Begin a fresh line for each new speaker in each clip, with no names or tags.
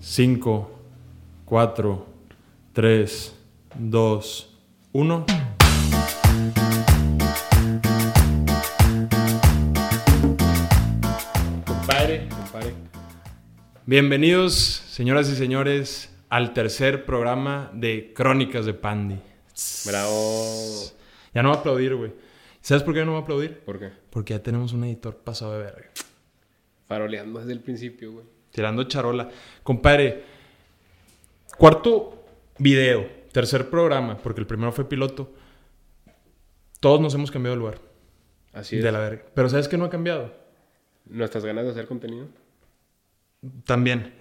5, 4, 3, 2, 1. Compadre, compadre. Bienvenidos, señoras y señores, al tercer programa de Crónicas de Pandi.
Bravo.
Ya no va a aplaudir, güey. ¿Sabes por qué ya no va a aplaudir?
¿Por qué?
Porque ya tenemos un editor pasado de verga.
Faroleando desde el principio, güey.
Tirando charola. Compadre, cuarto video, tercer programa, porque el primero fue piloto. Todos nos hemos cambiado de lugar.
Así es.
De la verga. Pero ¿sabes qué no ha cambiado?
Nuestras ganas de hacer contenido.
También.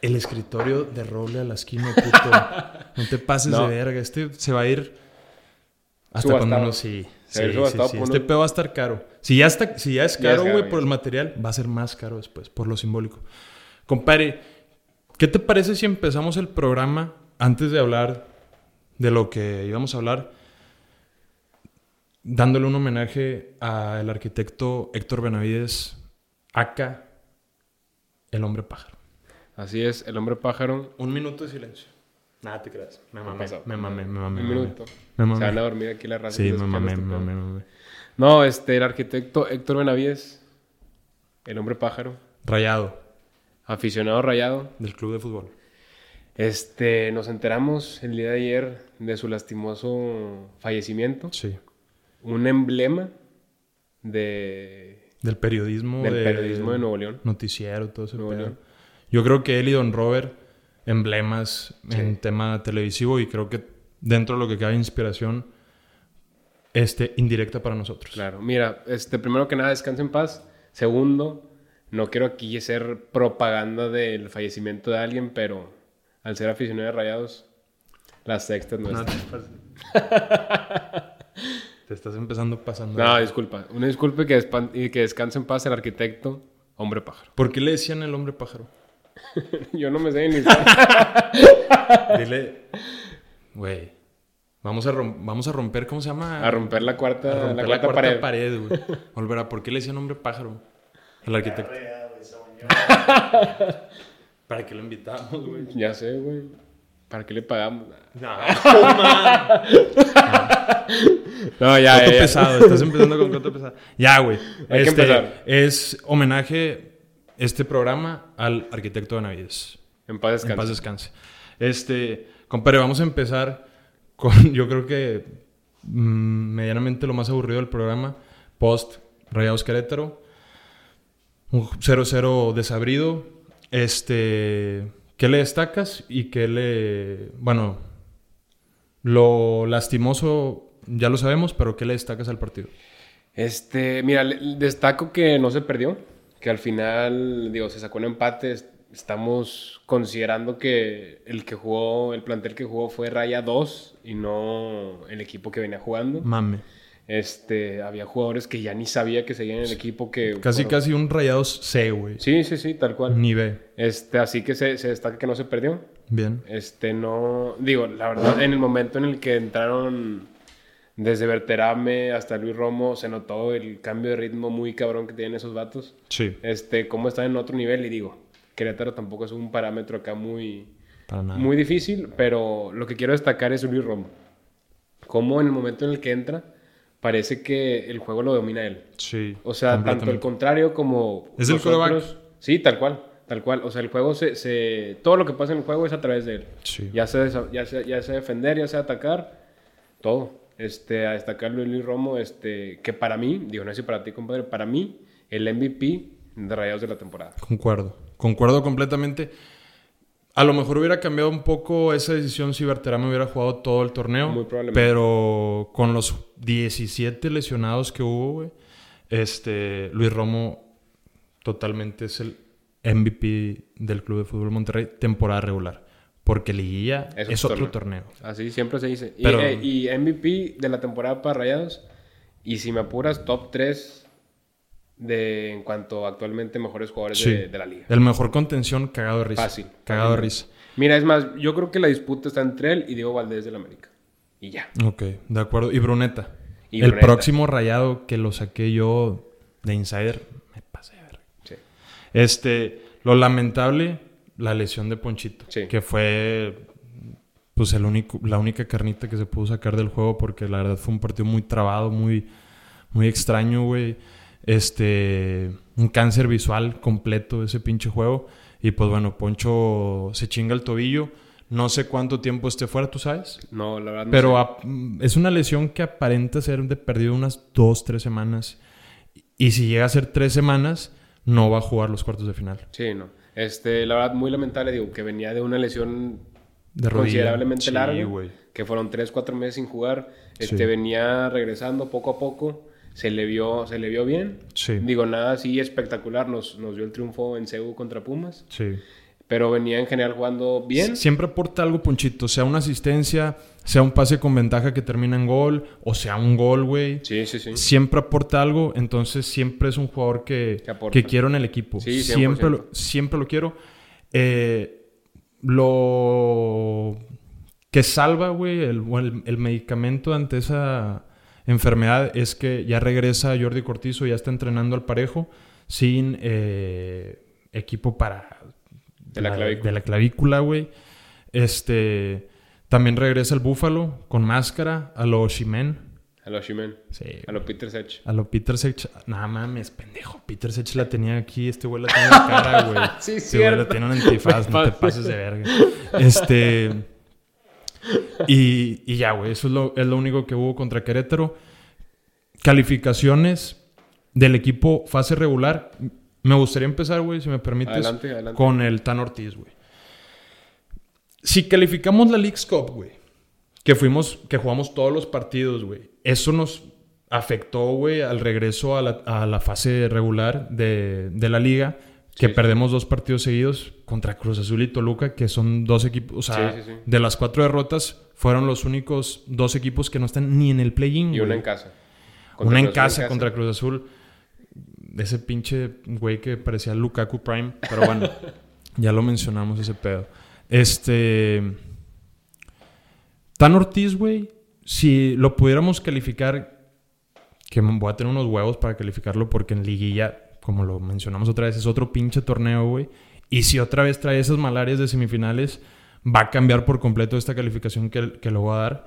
El escritorio de roble a la esquina, puto. No te pases
No.
de verga. Este se va a ir hasta
Subastado.
cuando uno sí. sí,
Se va a ir
sí,
subastado
sí.
por
Este
uno-
pedo va a estar caro. Si ya, está, si ya es
Ya
caro,
es caro,
güey,
ya
por el
es.
material, va a ser más caro después, por lo simbólico. Compadre, ¿qué te parece si empezamos el programa antes de hablar de lo que íbamos a hablar? Dándole un homenaje al arquitecto Héctor Benavides, acá, el hombre pájaro.
Así es, el hombre pájaro.
Un minuto de silencio. Nada, te creas. Me
No
mamé,
pasó.
me mamé, me mamé.
Un
me mamé.
minuto.
Me
Se van a
mamé.
dormir aquí la raza. que
Sí,
está
me mamé, me
escuchando este
mamé,
pedo.
me mamé.
No, este, el arquitecto Héctor Benavides. El hombre pájaro.
Rayado,
Aficionado rayado.
del club de fútbol.
Este, nos enteramos el día de ayer de su lastimoso fallecimiento.
Sí.
Un emblema de,
Del periodismo.
del
de-
periodismo de Nuevo León.
Noticiero, todo ese
Nuevo
pedo.
León.
Yo creo que él y Don Robert, emblemas en
Sí.
tema televisivo y creo que dentro de lo que cabe inspiración, este, indirecta para nosotros.
Claro, mira, este, primero que nada, descansa en paz. Segundo, no quiero aquí ser propaganda del fallecimiento de alguien, pero al ser aficionado de rayados, las sextas no
No
están.
te pases. Te estás empezando pasando.
No, disculpa. Una disculpa y que, despan- y que descanse en paz el arquitecto, hombre pájaro.
¿Por qué le decían el hombre pájaro?
Yo no me sé ni saber.
Dile, güey, vamos a, rom- vamos a romper, ¿cómo se llama?
a romper la cuarta,
A romper
Ah, la cuarta, pared.
güey. Volverá, ¿por qué le decían hombre pájaro? El arquitecto. ¿Para qué lo invitamos, güey?
Ya sé, güey. ¿Para qué le pagamos?
No,
Ah, No, ya,
coto
ya, ya.
pesado, estás empezando con coto pesado. Ya, güey.
que
Este
empezar.
es homenaje este programa al arquitecto de Navides.
En paz
En paz
descanse.
descanse. Este, compadre, vamos a empezar con, yo creo que mm, medianamente lo más aburrido del programa, post Rayados Querétaro, un 0-0 desabrido, este, ¿qué le destacas y qué le, bueno, lo lastimoso ya lo sabemos, pero qué le destacas al partido?
Este, mira, le- destaco que no se perdió, que al final, digo, se sacó un empate. Es- Estamos considerando que el que jugó, el plantel que jugó fue Raya 2 y no el equipo que venía jugando.
Mame,
Este, había jugadores que ya ni sabía que seguían en el equipo que...
casi
fueron-
casi un Rayados C, güey,
Sí, sí, sí, tal cual.
ni B,
Este, así que se, se destaca que no se perdió.
bien,
Este, no... Digo, la verdad, en el momento en el que entraron desde Berterame hasta Luis Romo, se notó el cambio de ritmo muy cabrón que tienen esos vatos
sí,
este, cómo están en otro nivel. Y digo, Querétaro tampoco es un parámetro acá muy,
para nada.
muy difícil, pero lo que quiero destacar es Luis Romo. Cómo en el momento en el que entra, parece que el juego lo domina él.
sí,
O sea, tanto el
completamente.
contrario como.
Es el
nosotros. Sí, tal cual, tal cual. O sea, el juego se, se- Todo lo que pasa en el juego es a través de él.
Sí.
Ya sea, desa- ya sea, ya sea defender, ya sea atacar, todo. Este, a destacar Luis Luis Romo, este, que para mí, digo, no sé si para ti, compadre, para mí, el MVP de Rayados de la temporada.
Concuerdo, concuerdo completamente. A lo mejor hubiera cambiado un poco esa decisión si Berterame hubiera jugado todo el torneo.
Muy probablemente.
Pero con los 17 lesionados que hubo, güey, este, Luis Romo totalmente es el MVP del Club de Fútbol Monterrey temporada regular. Porque Liguilla es,
Es otro
otro torneo.
Así siempre se dice. Y,
Pero-
eh, y MVP de la temporada para Rayados. Y si me apuras, top 3 de, en cuanto a actualmente mejores jugadores
Sí.
de, de la liga.
El mejor contención, cagado de risa.
Fácil.
Cagado de risa.
Fácil. Mira, es más, yo creo que la disputa está entre él y Diego Valdés del América. Y ya.
Ok, de acuerdo. Y Bruneta.
Y
el
Bruneta.
próximo rayado que lo saqué yo de Insider, me pasé de verga.
Sí.
Este, lo lamentable la lesión de Ponchito,
Sí.
que fue pues el único, la única carnita que se pudo sacar del juego porque la verdad fue un partido muy trabado, muy, muy extraño, güey. Este, un cáncer visual completo ese pinche juego. Y pues bueno, Poncho se chinga el tobillo. No sé cuánto tiempo esté fuera, tú sabes.
No, la verdad no
Pero
sé.
ap- mm, es una lesión que aparenta ser de perdido unas dos, tres semanas. Y si llega a ser tres semanas, no va a jugar los cuartos de final.
Sí, no. Este, la verdad, muy lamentable, digo, que venía de una lesión
De rodilla.
considerablemente
Sí,
larga,
güey.
que fueron 3, 4 meses sin jugar. Este,
Sí.
venía regresando poco a poco, se le vio, se le vio bien.
Sí.
Digo, nada así espectacular, nos, nos dio el triunfo en CEU contra Pumas,
Sí.
pero venía en general jugando bien.
Siempre aporta algo, Ponchito. Sea una asistencia, sea un pase con ventaja que termina en gol, o sea un gol, güey.
Sí, sí, sí.
Siempre aporta algo, entonces siempre es un jugador que,
Que aporta.
que quiero en el equipo.
Sí, 100%.
siempre, lo, siempre lo quiero. Eh, lo que salva, güey, el, o el- el medicamento ante esa enfermedad es que ya regresa Jordi Cortizo, ya está entrenando al parejo sin eh, equipo para...
De la clavícula.
De la clavícula, güey. Este... También regresa el Búfalo con máscara a lo Shimen.
A los Shimen,
Sí.
a los Peter Sech.
A lo Peter Sech. Nada mames, pendejo. Peter Sech la tenía aquí. Este güey la tiene en la cara, güey.
Sí,
Este güey la
cierto.
tiene en un antifaz.
Me
no te
pasé.
pases de verga. Este. Y, y ya, güey. Eso es lo, es lo único que hubo contra Querétaro. Calificaciones del equipo fase regular. Me gustaría empezar, güey, si me permites.
Adelante, adelante.
Con el Tan Ortiz, güey. Si calificamos la League's Cup, güey, que fuimos, que jugamos todos los partidos, güey, eso nos afectó, güey, al regreso a la, a la fase regular de, de la liga, que
Sí, sí.
perdemos dos partidos seguidos contra Cruz Azul y Toluca, que son dos equipos, o sea,
Sí, sí, sí.
de las cuatro derrotas, fueron los únicos dos equipos que no están ni en el play-in.
Y una
güey.
en casa. Contra
Una en
Cruz Azul
casa contra Cruz Azul. Ese pinche güey que parecía Lukaku Prime. Pero bueno, ya lo mencionamos ese pedo. Este. Tan Ortiz, güey, si lo pudiéramos calificar, que me voy a tener unos huevos para calificarlo, porque en Liguilla, como lo mencionamos otra vez, es otro pinche torneo, güey. Y si otra vez trae esas malarias de semifinales, va a cambiar por completo esta calificación que, que le voy a dar.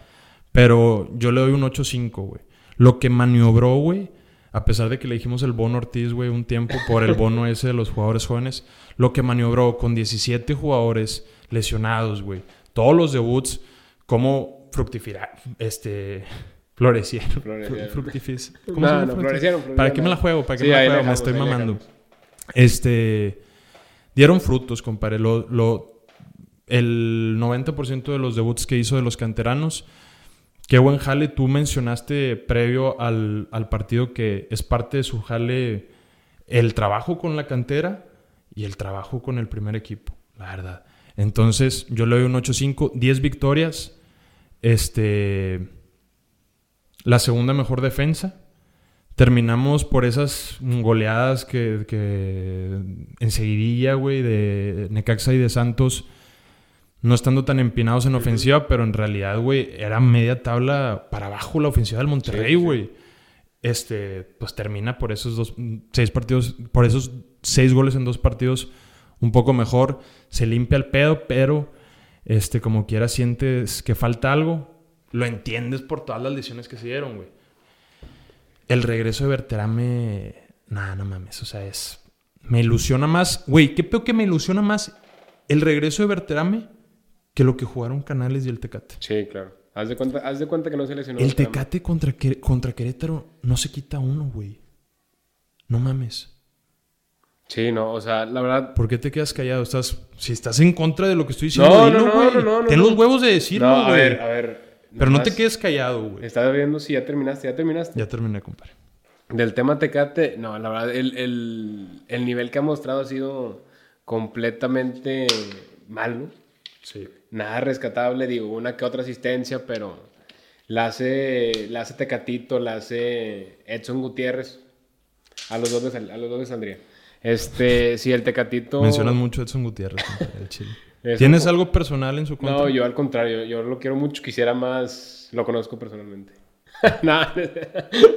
Pero yo le doy un 8-5, güey. Lo que maniobró, güey, a pesar de que le dijimos el bono Ortiz, güey, un tiempo por el bono ese de los jugadores jóvenes, lo que maniobró con 17 jugadores lesionados, güey. Todos los debuts, cómo fructificar, este, florecieron.
Florecieron.
Fructific- ¿cómo se
No,
llama?
no,
Fructific-
florecieron, florecieron.
¿Para qué me la juego? ¿Para qué
Sí,
me la
ahí
juego?
la
me
dejamos,
estoy
ahí la
mamando.
dejamos.
Este, dieron frutos, compadre. Lo, lo- el 90% de los debuts que hizo de los canteranos. Qué buen jale. Tú mencionaste previo al, al partido que es parte de su jale el trabajo con la cantera y el trabajo con el primer equipo, la verdad. Entonces, yo le doy un 8-5, 10 victorias. Este. La segunda mejor defensa. Terminamos por esas goleadas que, que enseguidilla, güey, de Necaxa y de Santos, no estando tan empinados en ofensiva, pero en realidad, güey, era media tabla para abajo la ofensiva del Monterrey,
Sí, sí.
güey. Este, pues termina por esos dos, seis partidos, por esos seis goles en dos partidos, un poco mejor. Se limpia el pedo, pero este, como quiera sientes que falta algo. Lo entiendes por todas las lesiones que se dieron, güey. El regreso de Berterame. Nada, no mames. O sea, es. Me ilusiona más. Güey, ¿qué peor que me ilusiona más el regreso de Berterame que lo que jugaron Canales y el Tecate?
Sí, claro. Haz de cuenta, haz de cuenta que no se lesionó.
el
Berterame.
Tecate contra, Quer- contra Querétaro no se quita uno, güey. No mames.
Sí, no, o sea, la verdad,
¿Por qué te quedas callado? Estás, si estás en contra de lo que estoy diciendo,
No, no,
dilo,
no,
güey.
no, no, no,
Ten
no.
los huevos de decirlo,
no, a
güey.
ver, a ver.
Pero no te
nomás,
quedes callado, güey.
Estaba viendo si ya terminaste, ya terminaste.
Ya terminé, compadre.
Del tema Tecate, no, la verdad, el, el- el nivel que ha mostrado ha sido completamente malo.
Sí.
Nada rescatable, digo, una que otra asistencia, pero la hace, la hace Tecatito, la hace Edson Gutiérrez. A los dos de, Sal- a los dos de Sandría. Este, sí, el Tecatito.
Mencionas mucho a Edson Gutiérrez, compadre, el chile.
Es
¿Tienes
un-
algo personal en su contra?
No, yo al contrario, yo lo quiero mucho, quisiera más, lo conozco personalmente. no, no,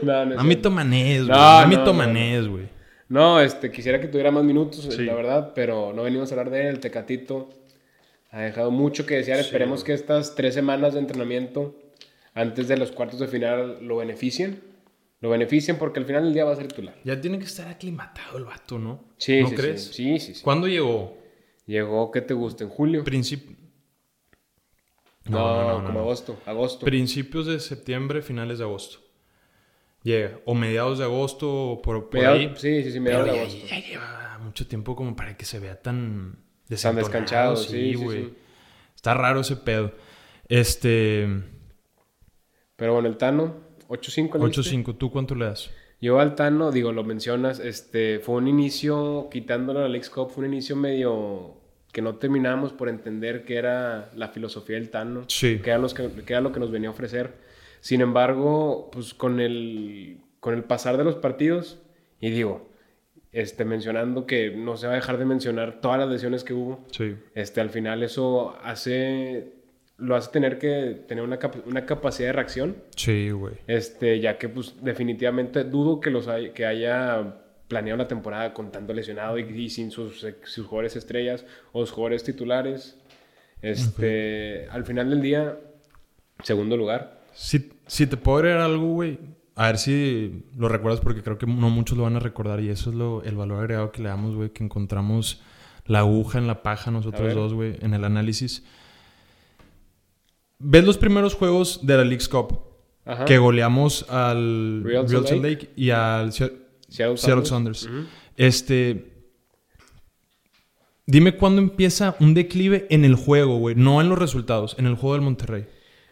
no, no, es
A mí
cierto.
tomanés,
No,
güey. a mí
no, no,
tomanés, güey.
No, este, quisiera que tuviera más minutos, eh,
Sí.
la verdad, pero no venimos a hablar de él. El Tecatito ha dejado mucho que desear.
Sí.
Esperemos que estas tres semanas de entrenamiento antes de los cuartos de final lo beneficien. Lo beneficien porque al final del día va a ser titular.
Ya tiene que estar aclimatado el vato, ¿no?
Sí,
¿No
sí,
crees?
sí, sí, sí, sí.
¿Cuándo llegó?
Llegó, ¿qué te gusta? ¿En julio?
Princip-
No, como
no.
agosto, agosto.
Principios de septiembre, finales de agosto. Llega. O mediados de agosto, o por, por
Mediados-
ahí.
sí, sí, sí,
Pero
mediados de
ya-
agosto.
Ya, lleva mucho tiempo como para que se vea tan
Tan
desentonado,
descanchado, sí, sí,
güey.
sí.
Está raro ese pedo. Este.
Pero bueno, el Tano, 8-5. ¿le diste?
8-5, ¿tú cuánto le das?
Yo al Tano, digo, lo mencionas, este, fue un inicio, quitándolo al Alex Cop, fue un inicio medio que no terminábamos por entender que era la filosofía del Tano,
Sí.
que, era los que, que era lo que nos venía a ofrecer. Sin embargo, pues con el, con el pasar de los partidos, y digo, este, mencionando que no se va a dejar de mencionar todas las lesiones que hubo,
Sí.
este, al final eso hace, lo hace tener que tener una, cap- una capacidad de reacción
Sí, güey.
este, ya que pues definitivamente dudo que los hay- que haya planeado la temporada con tanto lesionado y, y sin sus, sus jugadores estrellas o sus jugadores titulares. Este, al final del día, segundo lugar.
Si, si te puedo agregar algo, güey, a ver si lo recuerdas porque creo que no muchos lo van a recordar y eso es lo, el valor agregado que le damos, güey, que encontramos la aguja en la paja
A
nosotros
ver.
dos, güey, en el análisis. ¿Ves los primeros juegos de la League's Cup?
Ajá.
Que goleamos al Real,
Real Salt
Salt Lake y al Se-
Seattle
Seattle
Sounders.
Sounders. Este. Dime cuándo empieza un declive en el juego, güey. No en los resultados, en el juego del Monterrey.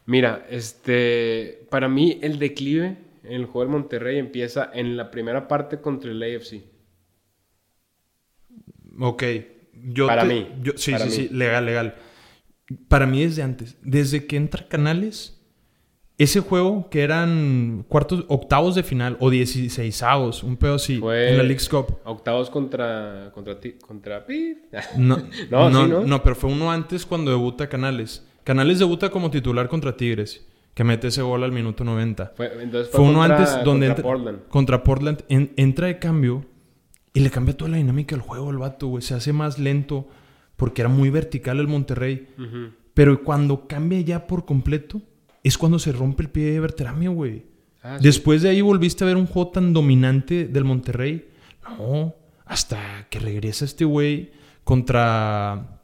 Mira, este, para mí el declive en el juego del Monterrey empieza en la primera parte contra el AFC.
Ok. Yo
Para
te-
mí,
yo- sí,
para
sí,
mí.
sí. Legal, legal. Para mí desde antes. Desde que entra Canales, ese juego que eran cuartos, octavos de final o dieciseisavos, un pedo así,
Fue-
en la League's Cup.
Octavos contra contra ti, contra Pi.
No,
No,
no,
sí,
no,
¿no?
pero fue uno antes cuando debuta Canales. Canales debuta como titular contra Tigres, que mete ese gol al minuto 90.
Fue, entonces
Fue uno
contra-
antes donde
contra
entra-
Portland.
contra Portland en- entra de cambio y le cambia toda la dinámica del juego el vato, güey. Se hace más lento porque era muy vertical el Monterrey.
Ujú.
Pero cuando cambia ya por completo es cuando se rompe el pie de Berterame, güey.
Ah, sí.
Después de ahí volviste a ver un juego tan dominante del Monterrey. No, hasta que regresa este güey contra...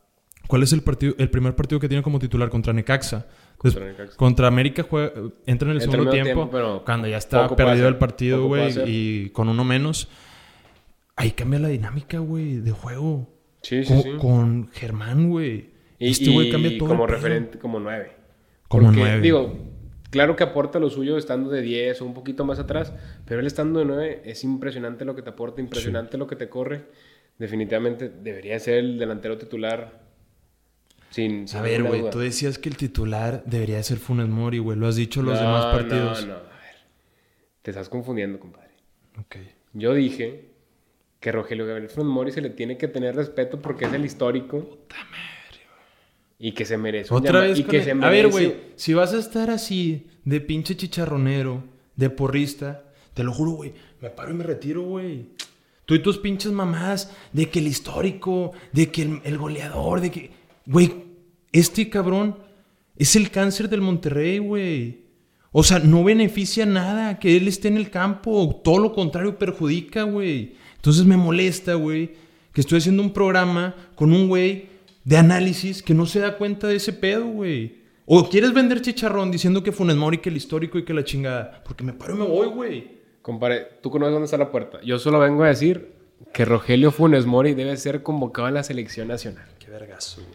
¿Cuál es el partido? El primer partido que tiene como titular contra Necaxa. Des-
Contra Necaxa.
contra América juega- entra en el
Entra
segundo
en medio
tiempo,
tiempo, pero
cuando ya está
poco puede
perdido
hacer,
el partido,
poco puede
güey,
hacer.
y con uno menos. Ahí cambia la dinámica, güey, de juego.
Sí, sí,
con,
sí.
con Germán, güey.
Y,
Este güey
y
cambia todo.
como
el pedo.
referente, como nueve.
Como
Porque,
nueve.
Digo, claro que aporta lo suyo estando de 10 o un poquito más atrás, pero él estando de 9 es impresionante lo que te aporta, impresionante lo que te corre. Definitivamente debería ser el delantero titular. Sin, sin
A ver,
ninguna
güey,
duda.
tú decías que el titular debería de ser Funes Mori, güey. Lo has dicho en los
No,
demás partidos.
No, no, a ver. Te estás confundiendo, compadre.
Ok.
Yo dije que Rogelio Gabriel Funes Mori se le tiene que tener respeto porque es el histórico. Y que se merece. un
Otra
llama-
vez
y
con
que
el-
se
A ver,
merece-
güey, si vas a estar así de pinche chicharronero, de porrista, te lo juro, güey, me paro y me retiro, güey. Tú y tus pinches mamás de que el histórico, de que el, el goleador, de que... Güey, este cabrón es el cáncer del Monterrey, güey. O sea, no beneficia nada que él esté en el campo. Todo lo contrario, perjudica, güey. Entonces me molesta, güey, que estoy haciendo un programa con un güey de análisis que no se da cuenta de ese pedo, güey. O quieres vender chicharrón diciendo que Funes Mori, que el histórico y que la chingada. Porque me paro y me voy, güey.
Compadre, tú conoces dónde está la puerta. Yo solo vengo a decir que Rogelio Funes Mori debe ser convocado a la selección nacional.
Qué vergazo, güey.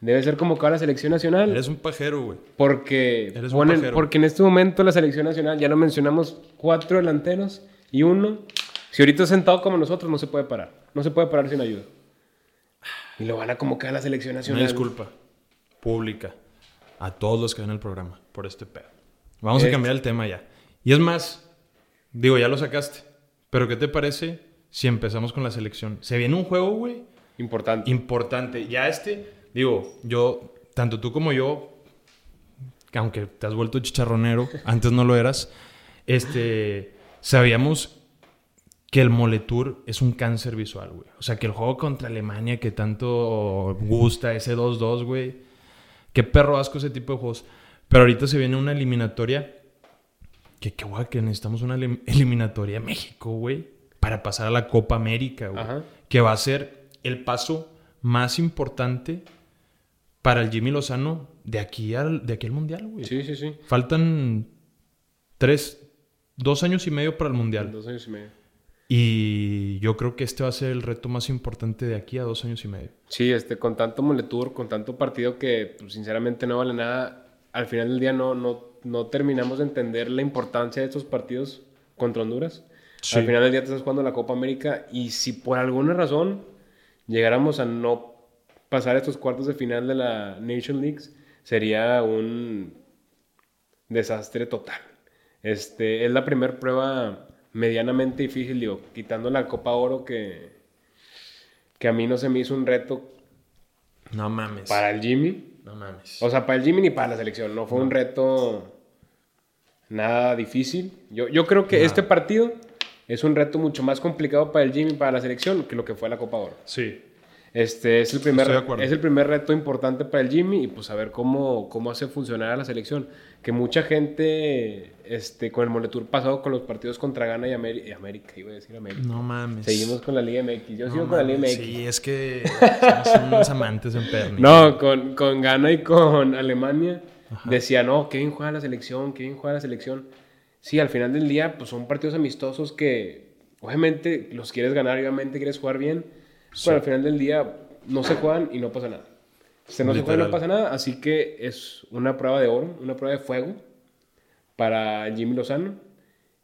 Debe ser convocado a la selección nacional
Eres un pajero, güey.
porque,
Eres un
ponen-
pajero.
porque en este momento la selección nacional, ya lo mencionamos, cuatro delanteros y uno. Si ahorita es sentado como nosotros, no se puede parar. No se puede parar sin ayuda. Y lo van a convocar a la selección
Una
nacional.
disculpa pública a todos los que ven el programa por este pedo. Vamos
Eh.
a cambiar el tema ya. Y es más, digo, ya lo sacaste. Pero ¿qué te parece si empezamos con la selección? Se viene un juego, güey,
Importante.
importante. Ya este, digo, yo, tanto tú como yo, que aunque te has vuelto chicharronero, antes no lo eras, este, sabíamos que el Moletour es un cáncer visual, güey. O sea, que el juego contra Alemania que tanto gusta, ese 2-2, güey. Qué perro asco ese tipo de juegos. Pero ahorita se viene una eliminatoria. Que qué guay, que necesitamos una elim- eliminatoria a México, güey. Para pasar a la Copa América, güey.
Ajá.
Que va a ser el paso más importante para el Jimmy Lozano de aquí al, de aquí al Mundial, güey.
Sí, sí, sí.
Faltan tres, dos años y medio para el Mundial.
Dos años y medio.
Y yo creo que este va a ser el reto más importante de aquí a dos años y medio.
Sí, este, con tanto moletour, con tanto partido que pues, sinceramente no vale nada. Al final del día no, no, no terminamos de entender la importancia de estos partidos contra Honduras.
Sí.
Al final del día te estás jugando la Copa América y si por alguna razón llegáramos a no pasar estos cuartos de final de la Nation League, sería un desastre total. Este, es la primera prueba medianamente difícil, digo, quitando la Copa Oro que, que a mí no se me hizo un reto
No mames.
para el Jimmy.
No mames.
O sea, para el Jimmy ni para la selección. No fue un reto nada difícil. Yo, yo creo que
Nada.
este partido es un reto mucho más complicado para el Jimmy, para la selección, que lo que fue la Copa Oro.
Sí.
Este es el primer,
Estoy de acuerdo.
es el primer reto importante para el Jimmy y pues a ver cómo, cómo hace funcionar a la selección. Que mucha gente este, con el Moletour pasado, con los partidos contra Ghana y, Ameri- y América, iba a decir América.
No mames.
Seguimos con la Liga MX. Yo
Mm. No
sigo con la Liga MX.
mames. Sí, es que somos unos amantes en Perni.
No, con, con Ghana y con Alemania decía, no, qué bien juega la selección, qué bien juega la selección. Sí, al final del día, pues son partidos amistosos que obviamente los quieres ganar, obviamente quieres jugar bien, pero al final del día no se juegan y no pasa nada. Se no se juega y no
Literal.
pasa nada, así que es una prueba de oro, una prueba de fuego para Jimmy Lozano.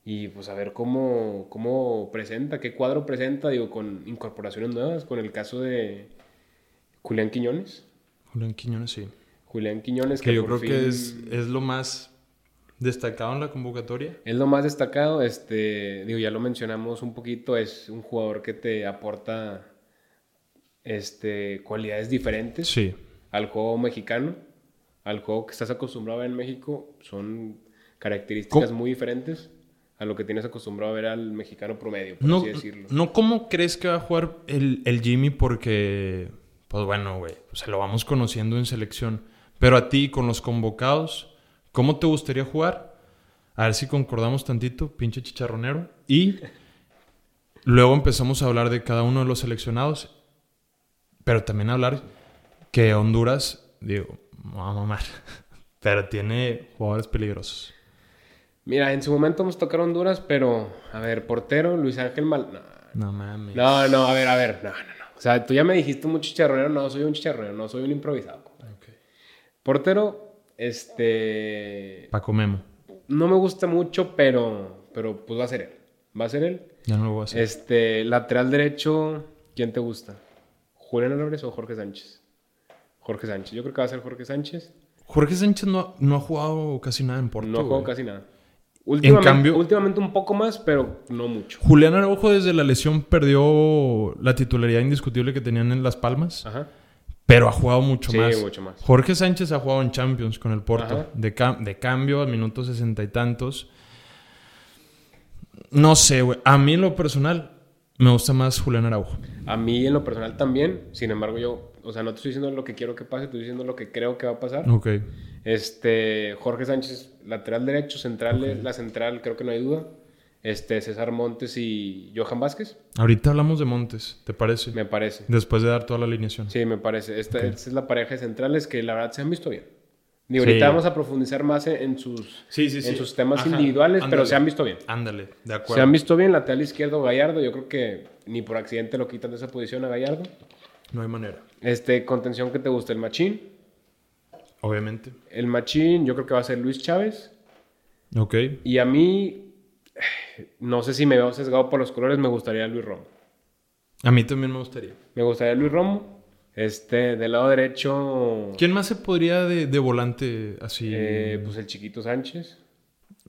Y pues a ver cómo, cómo presenta, qué cuadro presenta, digo, con incorporaciones nuevas, con el caso de Julián Quiñones.
Julián Quiñones, sí.
Julián Quiñones, que,
Que yo creo
por fin
que es,
es...
es lo más destacado en la convocatoria.
lo más destacado. Este, digo, ya lo mencionamos un poquito, es un jugador que te aporta este, cualidades diferentes
Sí.
al juego mexicano, al juego que estás acostumbrado a ver en México. Son características muy diferentes a lo que tienes acostumbrado a ver al mexicano promedio, por
No,
así decirlo.
no, ¿cómo crees que va a jugar el, el Jimmy? Porque, pues bueno, güey, o sea, lo vamos conociendo en selección. Pero a ti, con los convocados, ¿cómo te gustaría jugar? A ver si concordamos tantito, pinche chicharronero. Y luego empezamos a hablar de cada uno de los seleccionados. Pero también hablar que Honduras, digo, me va a mamar. Pero tiene jugadores peligrosos.
Mira, en su momento vamos a tocar Honduras, pero a ver, portero, Luis Ángel Mal. no,
No mames.
No, no, a ver, a ver, no, no, no. O sea, tú ya me dijiste un chicharronero, no soy un chicharronero, no soy un improvisado. compadre.
Ok.
Portero, este,
Paco Memo.
no me gusta mucho, pero, pero pues va a ser él, va a ser él.
Ya no lo voy a hacer.
Este, lateral derecho, ¿quién te gusta? Julián Álvarez o Jorge Sánchez? Jorge Sánchez, yo creo que va a ser Jorge Sánchez.
Jorge Sánchez no, no ha jugado casi nada en Porto.
No juego
güey.
casi nada. Últimamente,
eh. cambio-
últimamente un poco más, pero no mucho.
Julián Araujo desde la lesión perdió la titularidad indiscutible que tenían en Las Palmas,
Ajá.
pero ha jugado mucho
Ah. Sí,
más.
mucho más.
Jorge Sánchez ha jugado en Champions con el Porto,
Ajá.
de, cam- de cambio, al minuto sesenta y tantos. No sé, güey. A mí en lo personal me gusta más Julián Araujo.
A mí en lo personal también, sin embargo yo, o sea, no te estoy diciendo lo que quiero que pase, estoy diciendo lo que creo que va a pasar.
Ok.
Este, Jorge Sánchez, lateral derecho, central, la central, creo que no hay duda. Este, César Montes y Johan Vázquez,
Ahorita hablamos de Montes, ¿te parece?
me parece.
Después de dar toda la alineación.
Sí, me parece. Esta, esta es la pareja de centrales que la verdad se han visto bien. Digo,
Sí.
ahorita vamos a profundizar más en, en sus,
Sí, sí,
en
sí.
sus temas
Ajá,
individuales, pero
ándale.
se han visto bien.
Ándale, de acuerdo.
Se han visto bien, lateral izquierdo Gallardo, yo creo que ni por accidente lo quitan de esa posición a Gallardo.
No hay manera.
Este, contención que te gusta, el machín.
Obviamente.
El machín, yo creo que va a ser Luis Chávez.
Ok.
Y a mí, no sé si me veo sesgado por los colores, me gustaría Luis Romo.
A mí también me gustaría.
Me gustaría Luis Romo. Este, del lado derecho,
¿Quién más se podría de, de volante así?
eh, pues el chiquito Sánchez.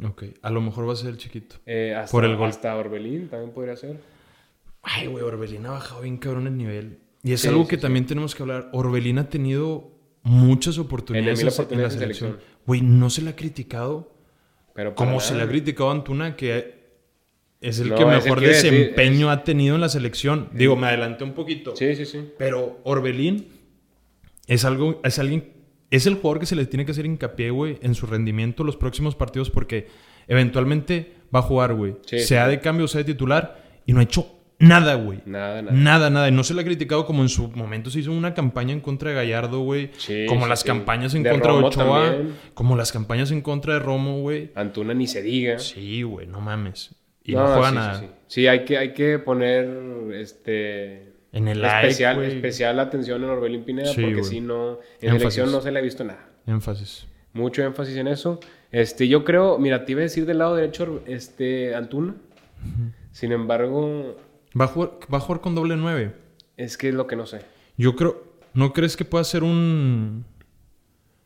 Ok, a lo mejor va a ser el chiquito.
Eh, hasta,
Por el gol.
Hasta Orbelín también podría ser.
Ay, güey, Orbelín ha bajado bien cabrón el nivel. Y es
Sí,
algo
sí,
que también tenemos que hablar. Orbelín ha tenido muchas oportunidades
En
en,
mil
en la
oportunidades en
selección.
selección.
Güey, no se le ha criticado
Pero para
como se le ha
nada.
criticado a Antuna, que es el
No,
que
es el
mejor
que iba a decir,
desempeño ha tenido en la selección. Digo, me adelanté un poquito.
Sí, sí, sí.
Pero Orbelín es algo, es alguien, es el jugador que se le tiene que hacer hincapié, güey, en su rendimiento los próximos partidos porque eventualmente va a jugar, güey.
Sí,
sea de cambio, sea de titular y no ha hecho nada, güey.
Nada, nada.
Nnada, nada. Y no se le ha criticado como en su momento se hizo una campaña en contra de Gallardo, güey.
Sí,
como
sí,
las
sí.
campañas en
De
contra de
Romo
Ochoa.
también.
Como las campañas en contra de Romo, güey.
Antuna ni se diga.
Sí, güey, no mames. Y no, juega
sí,
nada.
Sí, sí. Sí, hay que, hay que poner este
En el
especial,
like, güey.
especial atención en Orbelín Pineda,
Sí,
porque
güey.
si no, en
Énfasis.
selección no se le ha visto nada.
Énfasis.
Mucho énfasis en eso. Este, yo creo, mira, te iba a decir del lado derecho este, Antuna. Sin embargo,
Va a jugar, va a jugar con doble nueve.
es que es lo que no sé.
Yo creo. ¿No crees que pueda ser un.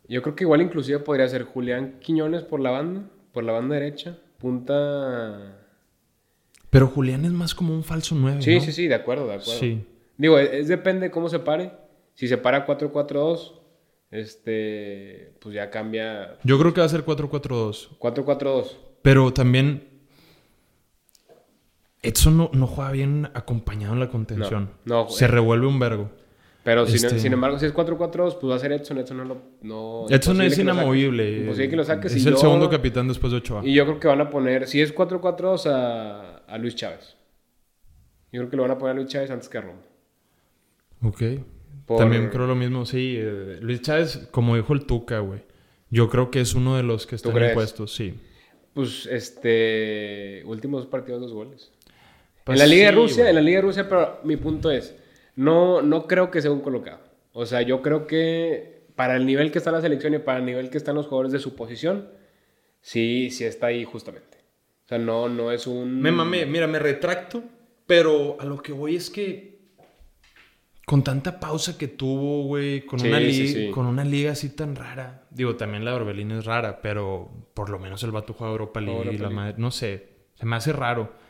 Yo creo que igual inclusive podría ser Julián Quiñones por la banda, por la banda derecha, punta...
Pero Julián es más como un falso 9.
Sí,
¿no?
sí, sí, de acuerdo, de acuerdo.
Sí.
Digo, e, es, es depende de cómo se pare. Si se para 4-4-2, este, pues ya cambia
Yo creo que va a ser 4-4-2.
4-4-2.
Pero también. Edson no, no juega bien acompañado en la contención.
No, no,
Se
eh.
revuelve un vergo.
Pero sin,
Este-
sin embargo, si es 4-4-2, pues va a ser Edson. Edson no lo... No,
Edson
imposible
es
que lo saques.
inamovible. eh,
Imposible que lo saques.
Es
y
el
yo-
segundo capitán después de Ochoa.
Y yo creo que van a poner, si es 4-4-2, a, a Luis Chávez. Yo creo que lo van a poner a Luis Chávez antes que a Romo.
Ok.
Por-
También creo lo mismo. Sí, eh, Luis Chávez, como dijo el Tuca, güey. Yo creo que es uno de los que están
crees?
impuestos, sí.
Pues, este, últimos dos partidos, dos goles.
Pues
en la Liga
sí,
de Rusia,
güey.
en la Liga de Rusia, pero mi punto es, no, no creo que sea un colocado. O sea, yo creo que para el nivel que está la selección y para el nivel que están los jugadores de su posición, sí, sí está ahí justamente. O sea, no, no es un...
Me mamé, mira, me retracto, pero a lo que voy es que con tanta pausa que tuvo, güey, con,
Sí,
una
sí,
li-
sí.
con una liga así tan rara. Digo, también la de Orbelín es rara, pero por lo menos el vato juega Europa League
Europa
y la
League.
madre, no sé, se me hace raro.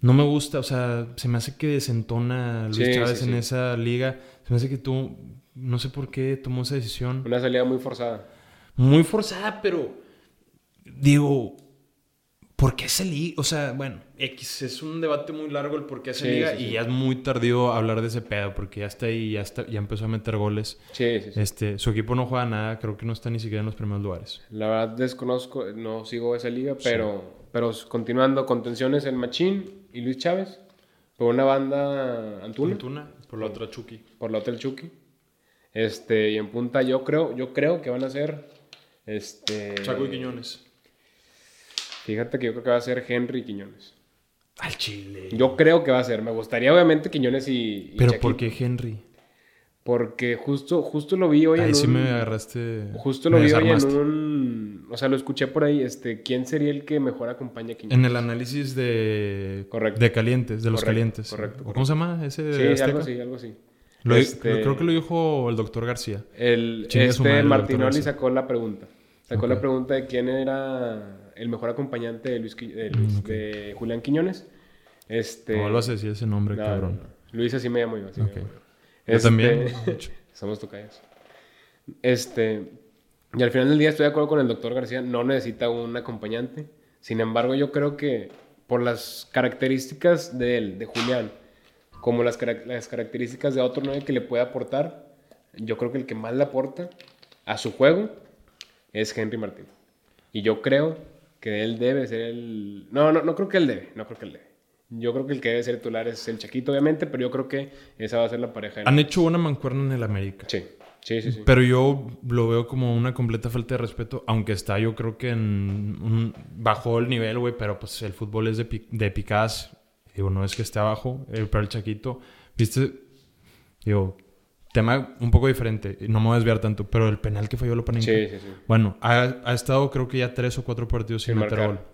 No me gusta, o sea, se me hace que desentona a Luis
Sí,
Chávez
sí,
en
sí.
esa liga. Se me hace que tú, no sé por qué tomó esa decisión.
Una salida muy forzada.
Muy forzada, pero digo, ¿por qué se liga? O sea, bueno, X es un debate muy largo el por qué se
Sí,
liga
sí, sí.
y ya es muy tardío hablar de ese pedo porque ya está ahí, ya, está, ya empezó a meter goles.
Sí, sí, sí.
Este, su equipo no juega nada, creo que no está ni siquiera en los primeros lugares.
La verdad desconozco, no sigo esa liga, pero, pero continuando, contenciones el Machín y Luis Chávez, por una banda Antuna,
Antuna, por la otra Chucky.
por la otra el Chucky. Este, y en punta yo creo, yo creo que van a ser este
Chaco y Quiñones.
Fíjate que yo creo que va a ser Henry y Quiñones.
Al Chile.
Yo creo que va a ser, me gustaría obviamente Quiñones y, y
pero
Chaquín,
¿por qué Henry?
porque justo justo lo vi hoy en
Ahí sí
un-
me agarraste.
justo lo
me
vi hoy en
desarmaste.
un, o sea, lo escuché por ahí, este, ¿quién sería el que mejor acompaña a Quiñones?
En el análisis de,
Correcto.
de calientes, de los
Correcto,
calientes.
correcto,
¿O ¿Cómo se llama ese? de
Sí,
Azteca?
algo así, algo así.
Lo-
Este,
Creo que lo dijo el doctor García.
El,
Chingue su madre,
este
el doctor
Martinoli
Garza.
sacó la pregunta. Sacó
Ok.
la pregunta de quién era el mejor acompañante de Luis, Qui- de, Luis- de Julián Quiñones. Este,
Mm, No vuelvas a decir ese nombre,
no,
cabrón.
no, no. Luis así me llamo yo. así me
Ok.
llamo yo.
Yo
Este,
también. de hecho.
Somos tocayos. Este, y al final del día estoy de acuerdo con el doctor García, no necesita un acompañante. Sin embargo, yo creo que por las características de él, de Julián, como las, carac- las características de otro 9 que le puede aportar, yo creo que el que más le aporta a su juego es Henry Martín. Y yo creo que él debe ser el... No, no, no creo que él debe, no creo que él debe. Yo creo que el que debe ser titular es el Chaquito, obviamente, pero yo creo que esa va a ser la pareja. de-
Han hecho una mancuerna en el América.
Sí, sí, sí. sí.
Pero yo lo veo como una completa falta de respeto, aunque está, yo creo que en un- bajó el nivel, güey, pero pues el fútbol es de, pi- de picadas. Digo, no es que esté abajo, eh, pero el Chaquito, viste, digo, tema un poco diferente, no me voy a desviar tanto, pero el penal que falló Lopaninca.
Sí, sí, sí.
Bueno, ha, ha estado creo que ya tres o cuatro partidos sin
Sin
meter
marcar.
gol.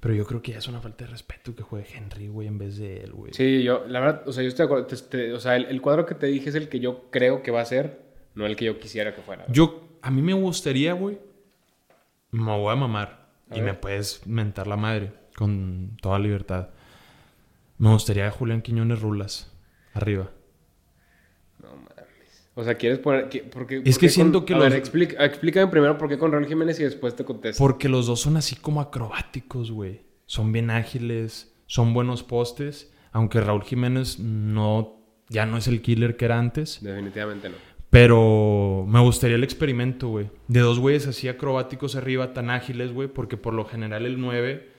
Pero yo creo que ya es una falta de respeto que juegue Henry, güey, en vez de él, güey.
Sí, yo, la verdad, o sea, yo estoy de acuerdo. te- te- o sea, el, el cuadro que te dije es el que yo creo que va a ser, no el que yo quisiera que fuera.
Yo, a mí me gustaría, güey, me voy a mamar.
A
y
ver.
me puedes mentar la madre con toda libertad. Me gustaría Julián Quiñones Rulas arriba.
No mames. O sea, quieres poner. que- porque,
Es que siento que
a
los-
ver, explica- explícame primero por qué con Raúl Jiménez y después te contesto.
Porque los dos son así como acrobáticos, güey. son bien ágiles, son buenos postes, aunque Raúl Jiménez no, ya no es el killer que era antes.
Definitivamente no.
Pero me gustaría el experimento, güey. De dos güeyes así acrobáticos arriba, tan ágiles, güey, porque por lo general el 9,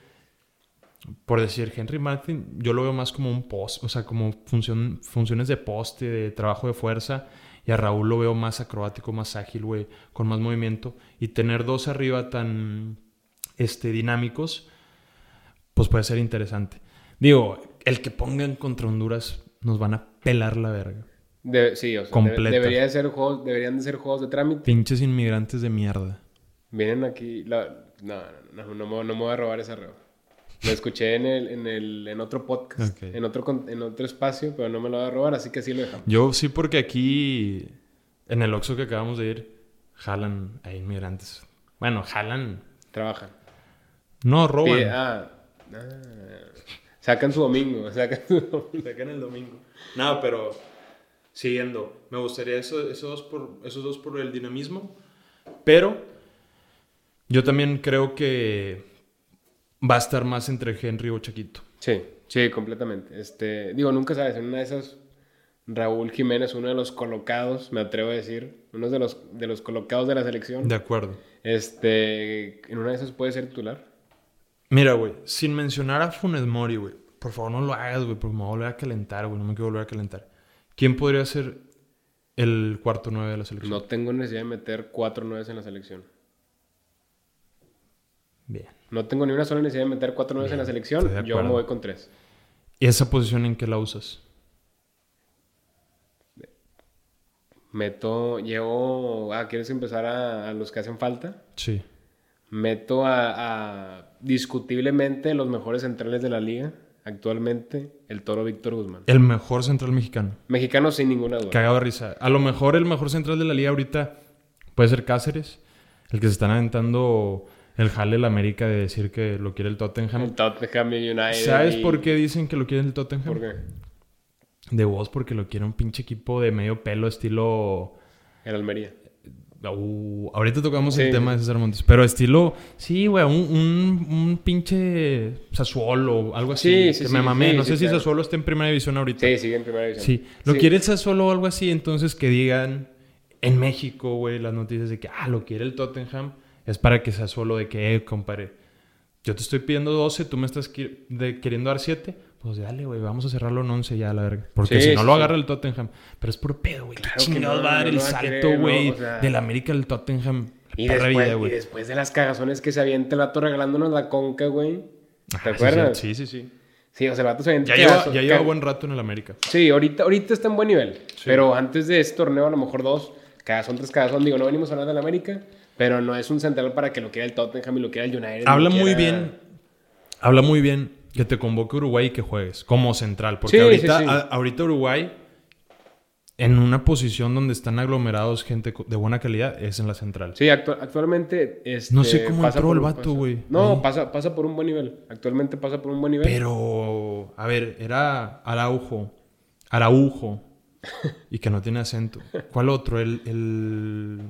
por decir Henry Martin, yo lo veo más como un post, o sea, como función, funciones de poste, de trabajo de fuerza. Y a Raúl lo veo más acrobático, más ágil, güey, con más movimiento. Y tener dos arriba tan este, dinámicos, pues puede ser interesante. Digo, el que pongan contra Honduras nos van a pelar la verga.
De- sí, o sea,
Completa.
debe- debería de ser juegos, deberían de ser juegos de trámite.
Pinches inmigrantes de mierda.
Vienen aquí. la- no, no, no, no, me- no me voy a robar esa reo. Lo escuché en, el, en, el, en otro podcast,
Ok.
en, otro, con- en otro espacio, pero no me lo voy a robar, así que sí lo dejamos.
Yo sí, porque aquí, en el Oxxo que acabamos de ir, jalan a inmigrantes. Bueno, jalan.
Trabajan.
No, roban.
Pide- ah, ah. sacan su domingo, sacan su domingo.
Sacan el domingo. No, pero siguiendo. Me gustaría eso- esos, dos por, esos dos por el dinamismo. Pero yo también creo que va a estar más entre Henry o Chaquito.
Sí, sí, completamente. Este, digo, nunca sabes, en una de esas, Raúl Jiménez, uno de los colocados, me atrevo a decir, uno de los, de los colocados de la selección,
De acuerdo.
este, en una de esas puede ser titular.
Mira, güey, sin mencionar a Funes Mori, güey. Por favor, no lo hagas, güey, porque me voy a volver a calentar, güey. No me quiero volver a calentar. ¿Quién podría ser el cuarto nueve de la selección?
No tengo necesidad de meter cuatro nueves en la selección.
Bien.
No tengo ni una sola necesidad de meter cuatro nueves en la selección,
estoy de
yo me
acuerdo.
voy con tres.
¿Y esa posición en qué la usas?
Meto, llevo, ah, ¿quieres empezar a, a los que hacen falta?
Sí.
Meto a, a discutiblemente los mejores centrales de la liga actualmente, el toro Víctor Guzmán.
El mejor central mexicano.
Mexicano sin ninguna duda.
Cagado de risa. A lo mejor el mejor central de la liga ahorita puede ser Cáceres, el que se están aventando el jale de la América de decir que lo quiere el Tottenham.
El Tottenham United.
¿Sabes
y-
por qué dicen que lo quiere el Tottenham?
¿Por qué?
De vos, porque lo quiere un pinche equipo de medio pelo, estilo.
El Almería.
Uh, ahorita tocamos
Sí.
el tema de César Montes, pero estilo, sí, güey, un, un, un pinche Sassuolo, algo así.
Sí, sí,
que
sí,
me mamé.
sí,
no
sí,
sé si
claro.
Sassuolo está en primera división ahorita.
Sí, sigue en primera división.
Sí, lo quiere el Sassuolo o algo así, entonces que digan en México, güey, las noticias de que, ah, lo quiere el Tottenham, es para que Sassuolo de que, eh, compadre, yo te estoy pidiendo 12, tú me estás qui- de- queriendo dar 7, pues dale, güey, vamos a cerrarlo en 11 ya, la verga. Porque
Sí,
si no
sí,
lo
sí.
agarra el Tottenham, pero es por pedo, güey,
Claro
qué
que
chingados
no,
va a dar
no
el
lo va a
salto,
querer,
güey,
no, o sea.
del América al Tottenham.
Y
Perra
después,
vida,
y
güey.
después de las cagazones que se avienta el vato regalándonos la conca, güey.
Ah, sí,
¿Te acuerdas?
Sí, sí, sí.
Sí, o sea, el vato se avienta.
Ya lleva,
cagazo-
ya lleva
ca-
buen rato en el América.
Sí, ahorita, ahorita está en buen nivel. Pero antes de este torneo, a lo mejor dos. Cagazón tras cagazón. Digo, no venimos a hablar del América. Pero no es un central para que lo quiera el Tottenham y lo quiera el United. lo
Habla muy
quiera-
bien. Habla muy bien que te convoque Uruguay y que juegues como central. Porque
Sí,
ahorita,
sí, sí.
a- ahorita Uruguay, en una posición donde están aglomerados gente co- de buena calidad, es en la central.
Sí, actu- actualmente. este,
No sé cómo
pasa
entró
por
el
un-
vato,
pasa-
güey, ahí.
No, pasa, pasa por un buen nivel. Actualmente pasa por un buen nivel.
Pero, a ver, era Araujo. Araujo. Y que no tiene acento. ¿Cuál otro? El. el...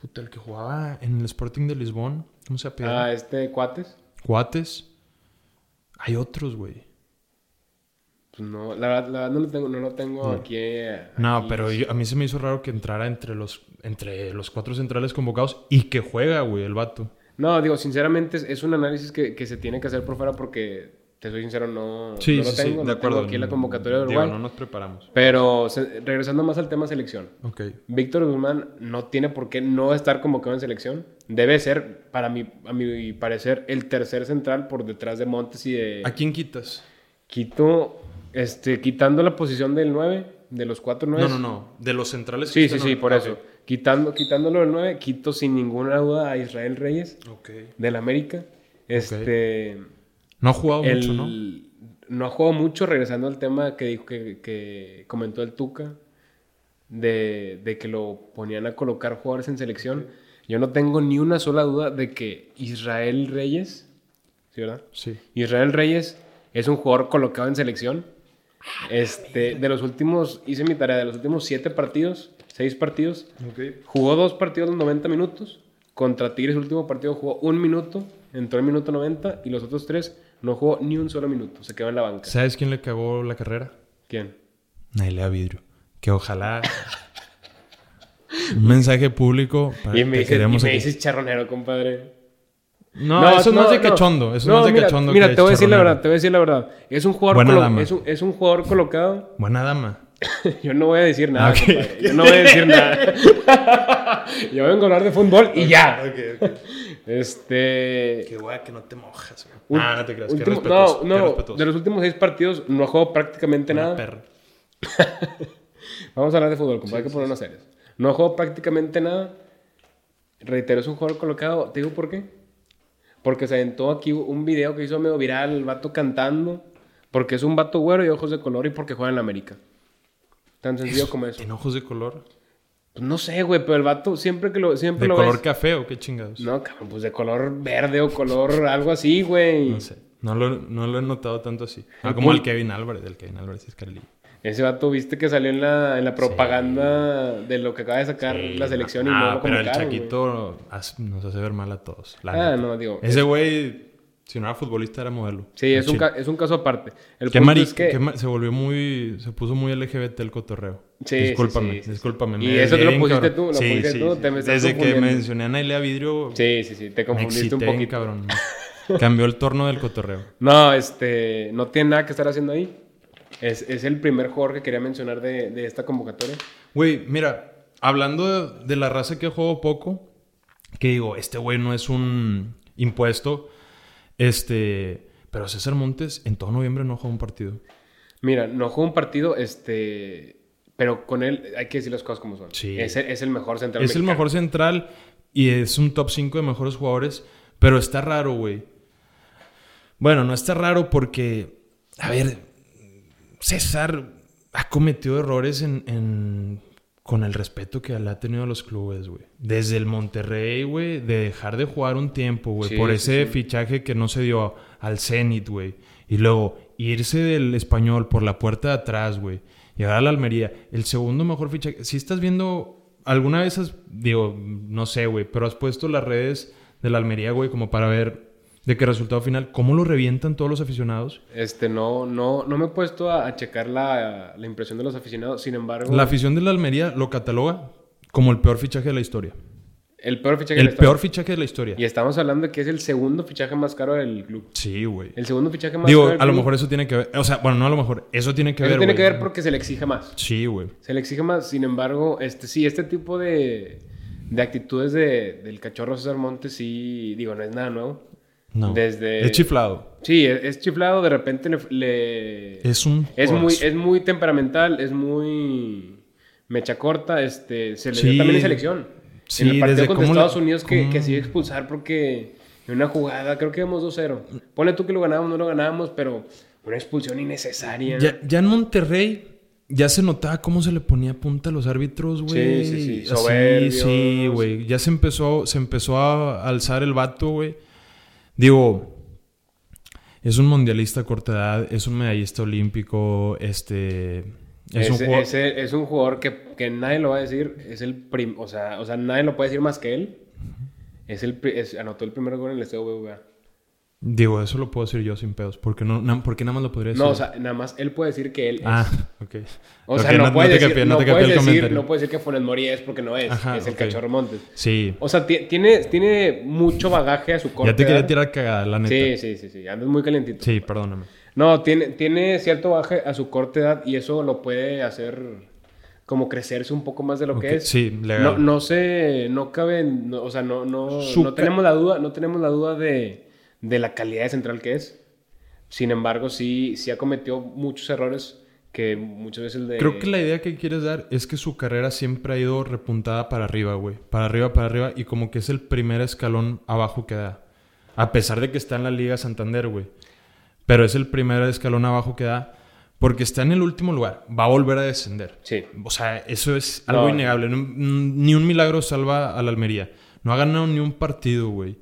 Puta, el que jugaba en el Sporting de Lisbon. ¿Cómo se apellida?
Ah, este Cuates.
Cuates. Hay otros, güey.
Pues no, la verdad, la verdad no lo tengo, no lo tengo aquí. eh,
No,
aquí.
pero yo- a mí se me hizo raro que entrara entre los, entre los cuatro centrales convocados y que juega, güey, el vato.
No, digo, sinceramente es, es un análisis que, que se tiene que hacer por fuera porque, te soy sincero, no,
Sí,
no
sí,
lo
sí,
tengo. no
de acuerdo.
tengo aquí la convocatoria de
Digo,
Uruguay.
no nos preparamos.
Pero se- regresando más al tema selección.
Ok.
Víctor Guzmán no tiene por qué no estar convocado en selección. Debe ser, para mi, a mi parecer, el tercer central por detrás de Montes y de
¿A quién quitas?
Quito, este, quitando la posición del 9, de los cuatro 9.
No, no, no. De los centrales. que
Sí, sí,
están
sí,
ahorita.
por
Ah,
eso. Quitando, quitándolo del 9, quito sin ninguna duda a Israel Reyes
Ok.
del América. Este,
No ha jugado
el-
mucho,
¿no?
¿no?
ha jugado mucho, regresando al tema que dijo que, que comentó el Tuca, de, de que lo ponían a colocar jugadores en selección. Yo no tengo ni una sola duda de que Israel Reyes, ¿sí, verdad?
Sí.
Israel Reyes es un jugador colocado en selección. Este, de los últimos, hice mi tarea, de los últimos siete partidos, seis partidos,
Ok.
jugó dos partidos los 90 minutos. Contra Tigres, el último partido jugó un minuto. entró en minuto 90 y los otros tres no jugó ni un solo minuto, se quedó en la banca.
¿Sabes quién le cagó la carrera?
¿Quién?
Nailea Vidrio. Que ojalá. un mensaje público para
Y me,
que
dices, y
Ah, queremos
me
aquí.
dices charronero, compadre.
No, eso no, es de cachondo. Eso no, es de
mira,
cachondo.
Mira,
que
te voy a decir la
chicharronero.
verdad, te voy a decir la verdad. Es un jugador,
Buena
colo-
dama.
es un, es un jugador colocado.
Buena dama.
Yo no voy a decir
Ah,
nada,
Ok.
compadre. Yo no voy a decir nada. Yo vengo a hablar de fútbol y
Ah,
ya. Este.
Qué que no te mojas,
Un-
Ah, no te creas.
último-
qué
no,
respetuoso.
no,
qué
no.
respetuoso.
de los últimos seis partidos no ha jugado prácticamente
Una
nada.
perra.
Vamos a hablar de fútbol, compadre, hay que ponernos serios. No ha jugado prácticamente nada. Reitero, es un jugador colocado. ¿Te digo por qué? Porque se aventó aquí un video que hizo medio viral, el vato cantando. Porque es un vato güero y ojos de color y porque juega en la América. Tan sencillo como eso.
¿Tiene ojos de color?
Pues no sé, güey, pero el vato siempre que lo, siempre
¿De
lo
color
ves-
café o qué chingados?
No, cabrón, pues de color verde o color algo así, güey.
No sé. No lo, no lo he notado tanto así.
El
Ah, como el
pul-
Kevin Álvarez. El Kevin Álvarez es Carlillo.
Ese vato, viste que salió en la, en la propaganda de lo que acaba de sacar la selección y no
Ah,
lo
pero el
convocaron, güey.
Chaquito hace- nos hace ver mal a todos. la
Ah,
neta.
no, digo.
Ese güey, si no era futbolista, era modelo.
Sí, es
Al
un,
chile.
ca- es un caso aparte. El
Qué
punto
mari-
es que-
qué ma- se volvió muy. Se puso muy LGBT el cotorreo.
Sí,
discúlpame,
sí, sí, sí.
discúlpame.
Y
me
eso te
desvié
lo
bien,
pusiste
cabrón.
tú, lo
Sí,
pusiste
sí,
tú,
sí.
te me estás
Desde que
confundiendo.
mencioné a Nailea Vidrio,
Sí, sí, sí, te
me
confundiste
excité
un
bien,
poquito.
cabrón. Cambió el torno del cotorreo.
No, este, no tiene nada que estar haciendo ahí. Es, es el primer jugador que quería mencionar de, de esta convocatoria.
Güey, mira, hablando de, de la raza que juego poco, que digo, este güey no es un impuesto, este, pero César Montes en todo noviembre no juega un partido.
Mira, no jugó un partido, este, pero con él hay que decir las cosas como son.
Sí.
Es, el- es el mejor central.
es el
mexicano.
mejor central y es un top 5 de mejores jugadores, pero está raro, güey. Bueno, no está raro porque, a ver, César ha cometido errores en, en- con el respeto que le ha tenido a los clubes, güey. Desde el Monterrey, güey, de dejar de jugar un tiempo, güey,
Sí,
por
sí,
ese
sí.
fichaje que no se dio al Zenit, güey. Y luego irse del español por la puerta de atrás, güey. Llegar a la Almería. El segundo mejor fichaje. Si estás viendo alguna vez, has- digo, no sé, güey, pero has puesto las redes de la Almería, güey, como para ver de qué resultado final, cómo lo revientan todos los aficionados.
Este, no, no, no me he puesto a, a checar la, la impresión de los aficionados. Sin embargo,
La afición de la Almería lo cataloga como el peor fichaje de la historia.
el peor fichaje de la
El
historia.
peor fichaje de la historia.
Y estamos hablando que es el segundo fichaje más caro del club.
Sí, güey.
El segundo fichaje más
Digo,
caro. del
a lo
club.
mejor eso tiene que ver. O sea, bueno, no a lo mejor. Eso tiene que
Eso
ver,
tiene
güey.
que ver porque se le exige más.
Sí, güey.
Se le exige más. Sin embargo, este, sí, este tipo de, de actitudes de, del cachorro César Montes, sí, digo, no es nada nuevo.
No.
Desde-
Es chiflado.
Sí, e, es, es chiflado, de repente le. le-
Es un.
es muy,
corazón.
es muy temperamental, es muy mecha corta, este, se le
Sí.
dio también en selección.
Sí,
en el partido
desde
contra
cómo le-
Estados Unidos que,
cómo-
que se iba a expulsar porque en una jugada, creo que íbamos 2-0. Ponle tú que lo ganábamos, no lo ganábamos, pero una expulsión innecesaria.
Ya, ya en Monterrey ya se notaba cómo se le ponía punta a los árbitros, güey.
Sí, sí, sí.
Así,
Soberbios.
sí, güey. Ya se empezó, se empezó a alzar el vato, güey. Digo, es un mundialista a corta edad, es un medallista olímpico, este... Es
Ese- ese-
un jugador...
jugador que, que nadie lo va a decir, es el prim, o sea, o sea, nadie lo puede decir más que él. Es el pri- es- anotó el primer gol en el Estadio BBVA.
Digo, eso lo puedo decir yo sin pedos, porque, no, na- porque nada más lo podría decir.
No, o sea, nada más él puede decir que él es.
Ah, ok.
O
Ok,
sea, no, puedes
te
decir,
capié-
no
te capié
puedes
el
decir-
comentario.
no puedes decir que Funes Mori es porque no es,
Ajá,
es el
ok.
cachorro Montes.
Sí,
O sea, ti- tiene, tiene mucho bagaje a su corte.
ya te
edad.
quería tirar cagada, la neta.
Sí, sí, sí, sí, andas muy calentito.
sí perdóname.
No, tiene, tiene cierto bagaje a su corta edad y eso lo puede hacer como crecerse un poco más de lo
Ok,
que es.
sí, legal.
No, no sé, no cabe, en- no, o sea, no, no,
Su
no
ca-
tenemos la duda, no tenemos la duda de, de la calidad de central que es. Sin embargo, sí, sí ha cometido muchos errores que muchas veces le...
Creo que la idea que quieres dar es que su carrera siempre ha ido repuntada para arriba, güey. Para arriba, para arriba. Y como que es el primer escalón abajo que da. A pesar de que está en la Liga Santander, güey. Pero es el primer escalón abajo que da. Porque está en el último lugar. Va a volver a descender.
Sí.
O sea, eso es algo
No.
innegable. No- Ni un milagro salva a la Almería. No ha ganado ni un partido, güey.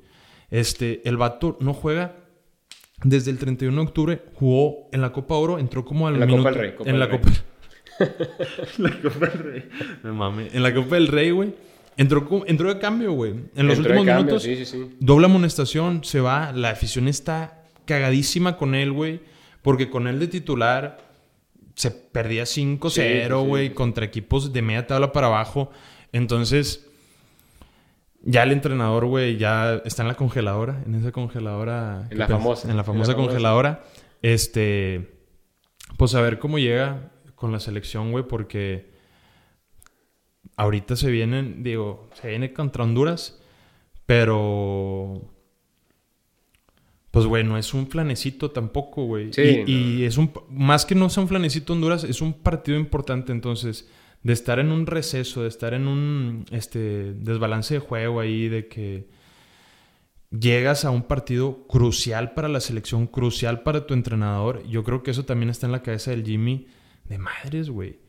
Este, el vato no juega. Desde el 31 de octubre jugó en la Copa Oro, entró como al
En la Copa
minuto-
del Rey, Copa
en
del
la
Rey.
Copa. la Copa del Rey. Me mame. En la Copa del Rey, güey. Entró, cu- entró de cambio, güey. En los
Entró de
últimos
cambio,
minutos,
sí, sí, sí.
doble amonestación, se va. La afición está cagadísima con él, güey. Porque con él de titular se perdía 5-0,
Sí, sí, sí,
güey,
sí.
contra equipos de media tabla para abajo. Entonces, ya el entrenador, güey, ya está en la congeladora, en esa congeladora.
En la
que pens-
famosa.
En la famosa congeladora. Este, pues a ver cómo llega con la selección, güey, porque ahorita se vienen, digo, se viene contra Honduras, pero... Pues, güey, no es un flanecito tampoco, güey.
Sí,
y, y es un... Más que no sea un flanecito Honduras, es un partido importante. Entonces, de estar en un receso, de estar en un este, desbalance de juego ahí, de que llegas a un partido crucial para la selección, crucial para tu entrenador. Yo creo que eso también está en la cabeza del Jimmy. De madres, güey.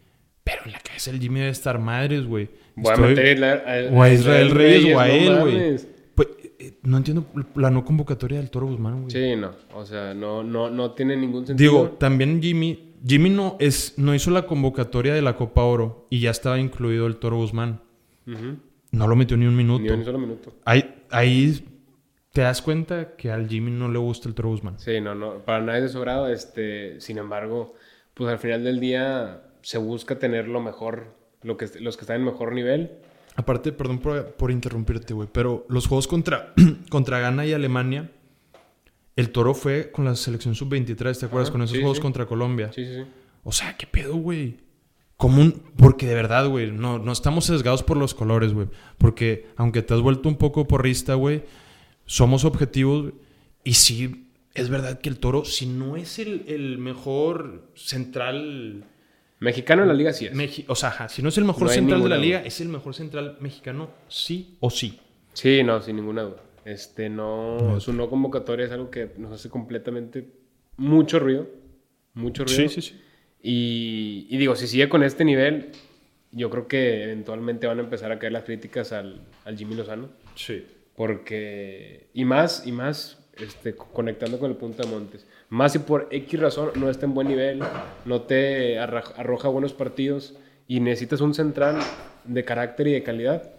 Pero en la cabeza del Jimmy debe estar madres, güey.
Voy
Estoy-
a meter a- a-
o a Israel Reyes, o a
no
él, güey.
mames.
Pues, eh, no entiendo la no convocatoria del Toro Guzmán, güey.
Sí, no. O sea, no, no, no tiene ningún sentido.
Digo, también Jimmy... Jimmy no, es, no hizo la convocatoria de la Copa Oro y ya estaba incluido el Toro Guzmán.
Ujú.
No lo metió ni un minuto.
ni un solo minuto.
Ahí, ahí te das cuenta que al Jimmy no le gusta el Toro Guzmán.
Sí, no, no, para nadie es de su grado. Este, sin embargo, pues al final del día se busca tener lo mejor, lo que, los que están en mejor nivel.
Aparte, perdón por, por interrumpirte, güey, pero los juegos contra, contra Ghana y Alemania, el Toro fue con la selección sub-23, ¿te acuerdas?
Ajá,
con esos
sí,
juegos
sí.
contra Colombia.
Sí, sí, sí.
O sea, ¿qué pedo, güey? Como un... Porque de verdad, güey, no, no estamos sesgados por los colores, güey. Porque aunque te has vuelto un poco porrista, güey, somos objetivos. güey. Y sí, es verdad que el Toro, si no es el, el mejor central
Mexicano en la liga sí es.
Mexi- o sea, ajá, si no es el mejor
No hay
central de la
ninguna
liga, es el mejor central mexicano, sí o sí.
Sí, no, sin ninguna duda. Este, no,
No.
su no convocatoria es algo que nos hace completamente mucho ruido. Mucho ruido.
sí.
Y, y digo, si sigue con este nivel, yo creo que eventualmente van a empezar a caer las críticas al, al Jimmy Lozano.
Sí.
Porque, y más, y más, este, co- conectando con el punto de Montes. Más si por X razón no está en buen nivel, no te arra- arroja buenos partidos y necesitas un central de carácter y de calidad,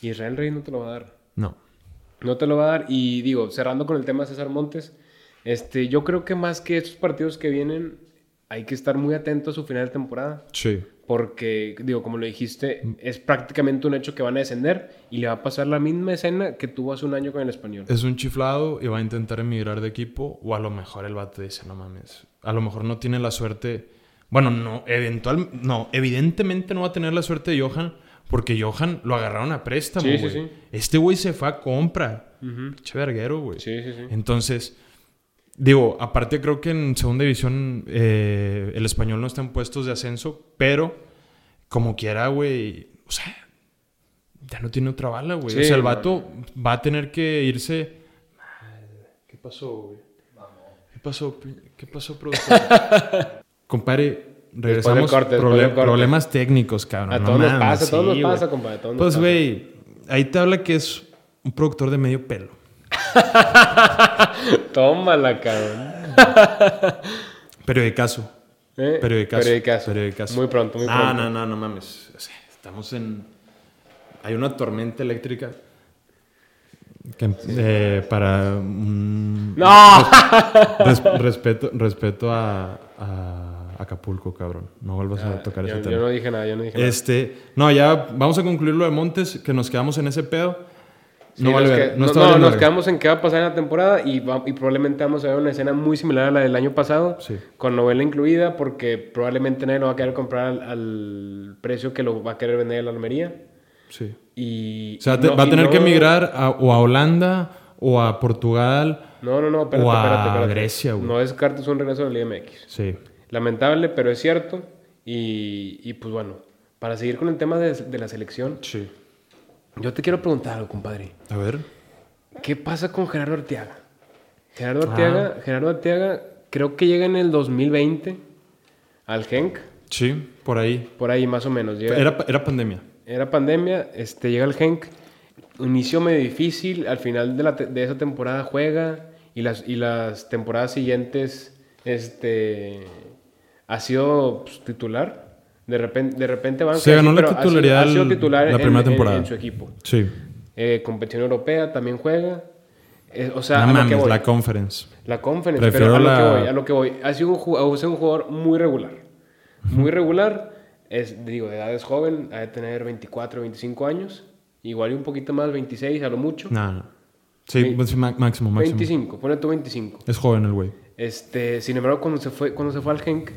Israel Rey no te lo va a dar.
No.
No te lo va a dar. Y digo, cerrando con el tema de César Montes, este, yo creo que más que estos partidos que vienen, hay que estar muy atento a su final de temporada.
Sí.
Porque, digo, como lo dijiste,
Mm.
es prácticamente un hecho que van a descender y le va a pasar la misma escena que tuvo hace un año con el español.
Es un chiflado y va a intentar emigrar de equipo o a lo mejor el vato dice, no mames, a lo mejor no tiene la suerte. Bueno, no, eventual, no, evidentemente no va a tener la suerte de Johan porque Johan lo agarraron a préstamo,
Sí,
güey.
sí, sí.
Este güey se fue a compra.
Ujú.
Che verguero, güey.
Sí, sí, sí.
Entonces, digo, aparte creo que en segunda división eh, el español no está en puestos de ascenso, pero como quiera, güey, o sea, ya no tiene otra bala, güey.
Sí,
o sea, el
no,
vato va a tener que irse... ¿Qué pasó, güey? ¿Qué pasó, pi- ¿Qué pasó, productor? Compadre, regresamos.
del corte, después
Proble-
del corte.
Problemas técnicos, cabrón.
A
no
todos nos
mames,
pasa, a todos nos
sí,
pasa,
güey.
compadre, a todos nos
Pues,
pasa.
güey, ahí te habla que es un productor de medio pelo.
Eh, Tómala, cabrón.
Pero de caso.
¿Eh?
Periodicazo.
Periodicazo.
Periodicazo.
Muy pronto, muy
No,
pronto.
Ah, No, no, no mames. O sea, estamos en. Hay una tormenta eléctrica. que- eh, para. un-
¡No!
res- respeto respeto a, a Acapulco, cabrón. No vuelvas a tocar ese
Ah, Yo,
tema.
yo no dije nada, yo no dije nada.
Este, no, ya vamos a concluir lo de Montes, que nos quedamos en ese pedo.
Sí,
no vale
nos,
ver-
que-
no está
no,
valiendo
nos
verga.
quedamos en qué va a pasar en la temporada y, va- y probablemente vamos a ver una escena muy similar a la del año pasado,
Sí.
con novela incluida, porque probablemente nadie lo va a querer comprar al, al precio que lo va a querer vender la Almería.
Sí.
Y,
O sea,
y
te-
no-
va a
y
tener
no-
que emigrar a- o a Holanda o a Portugal.
No, no, no, espérate,
o a
espérate, espérate.
Grecia, güey.
No descartes un regreso de la Liga MX.
Sí.
Lamentable, pero es cierto. Y, y, pues bueno, para seguir con el tema de, de la selección,
Sí.
yo te quiero preguntar algo, compadre.
A ver.
¿Qué pasa con Gerardo Arteaga? Gerardo Arteaga, Gerardo Arteaga creo que llega en el 2020 al Genk,
Sí, por ahí.
por ahí más o menos. Llega, era,
Era, era pandemia.
pandemia, este, llega al Genk, inicio medio difícil, al final de, la te- de esa temporada juega y las, y las temporadas siguientes este, ha sido pues, titular. De repente, de repente van
Se ganó la
pero ha sido-
titularidad
ha sido
el-
titular
la
en-
primera
en-
temporada.
en su equipo.
Sí.
Eh, competición europea también juega. Eh, o sea,
No
a lo que
mames,
voy.
la conference.
La conference,
Prefiero
pero a lo
la-
que voy, a lo que voy. Ha sido un jugador, un jugador muy regular. Muy regular. Es, digo, de edad es joven, ha de tener 24, 25 años. Igual y un poquito más, 26 a lo mucho.
No, no. Sí,
Ve-
pues, ma- máximo, máximo.
25, pone tú 25.
Es joven el güey.
Este, sin embargo, cuando se fue, cuando se fue al Genk,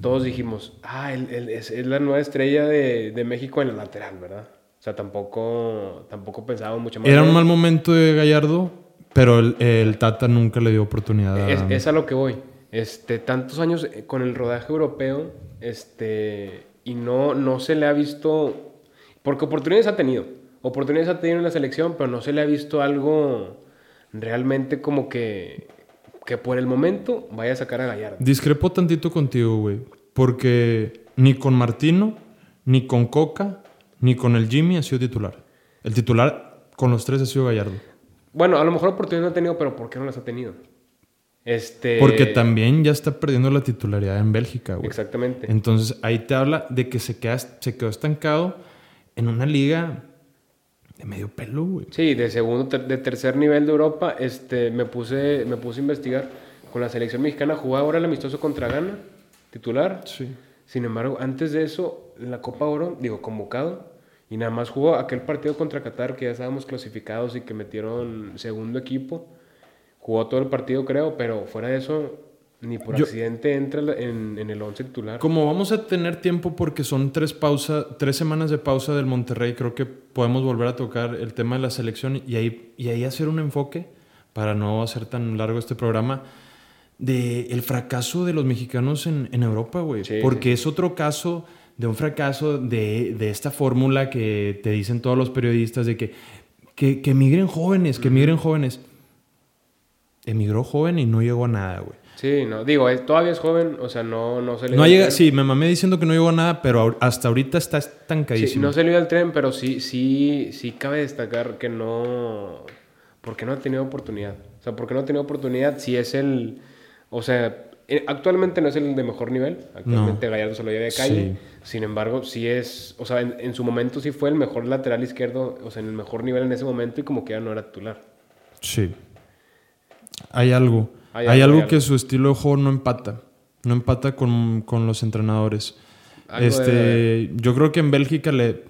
todos dijimos, ah, él- él es, es la nueva estrella de, de México en el lateral, ¿verdad? O sea, tampoco, tampoco pensaba mucho más.
Era
en
un
él.
mal momento de Gallardo, pero el, el Tata nunca le dio oportunidad a...
Es, es a lo que voy. Este, tantos años eh, con el rodaje europeo, este, y no, no se le ha visto, porque oportunidades ha tenido, oportunidades ha tenido en la selección, pero no se le ha visto algo realmente como que, que por el momento vaya a sacar a Gallardo.
Discrepo tantito contigo, güey. Porque ni con Martino, ni con Coca, ni con el Jimmy ha sido titular. El titular con los tres ha sido Gallardo.
Bueno, a lo mejor oportunidades no ha tenido, pero ¿por qué no las ha tenido? Este,
Porque también ya está perdiendo la titularidad en Bélgica, güey.
Exactamente.
Entonces ahí te habla de que se, queda, se quedó estancado en una liga de medio pelo, güey.
Sí, de segundo, ter- de tercer nivel de Europa, este, me puse, me puse a investigar. Con la selección mexicana jugaba ahora el amistoso contra Ghana, titular.
Sí.
Sin embargo, antes de eso, en la Copa Oro, digo, convocado, y nada más jugó aquel partido contra Qatar que ya estábamos clasificados y que metieron segundo equipo. Jugó todo el partido, creo, pero fuera de eso, ni por
Yo-
accidente entra la- en, en el once titular.
Como vamos a tener tiempo porque son tres pausa, tres semanas de pausa del Monterrey, creo que podemos volver a tocar el tema de la selección y ahí, y ahí hacer un enfoque para no hacer tan largo este programa de el fracaso de los mexicanos en, en Europa, güey.
Sí,
porque es otro caso de un fracaso de, de esta fórmula que te dicen todos los periodistas de que, que, que emigren jóvenes, que emigren jóvenes. Emigró joven y no llegó a nada, güey.
Sí, no, digo, es- todavía es joven, o sea, no, no se le
No
da
llega,
el-
sí, me mamé diciendo que no llegó a nada, pero ahor- hasta ahorita está
Sí,
estancadísimo.
no se le dio el tren, pero sí, sí, sí cabe destacar que no. Porque no ha tenido oportunidad. O sea, porque no ha tenido oportunidad si es el. O sea, eh, actualmente no es el de mejor nivel. Actualmente Gallardo se lo lleva de calle.
Sí.
Sin embargo, sí es. O sea, en, en su momento sí fue el mejor lateral izquierdo. O sea, en el mejor nivel en ese momento y como que ya no era titular.
Sí. Hay algo. Hay,
Hay algo,
algo
hay
que
algo.
su estilo de juego no empata. No empata con, con los entrenadores.
Algo
Este, yo creo que en Bélgica le.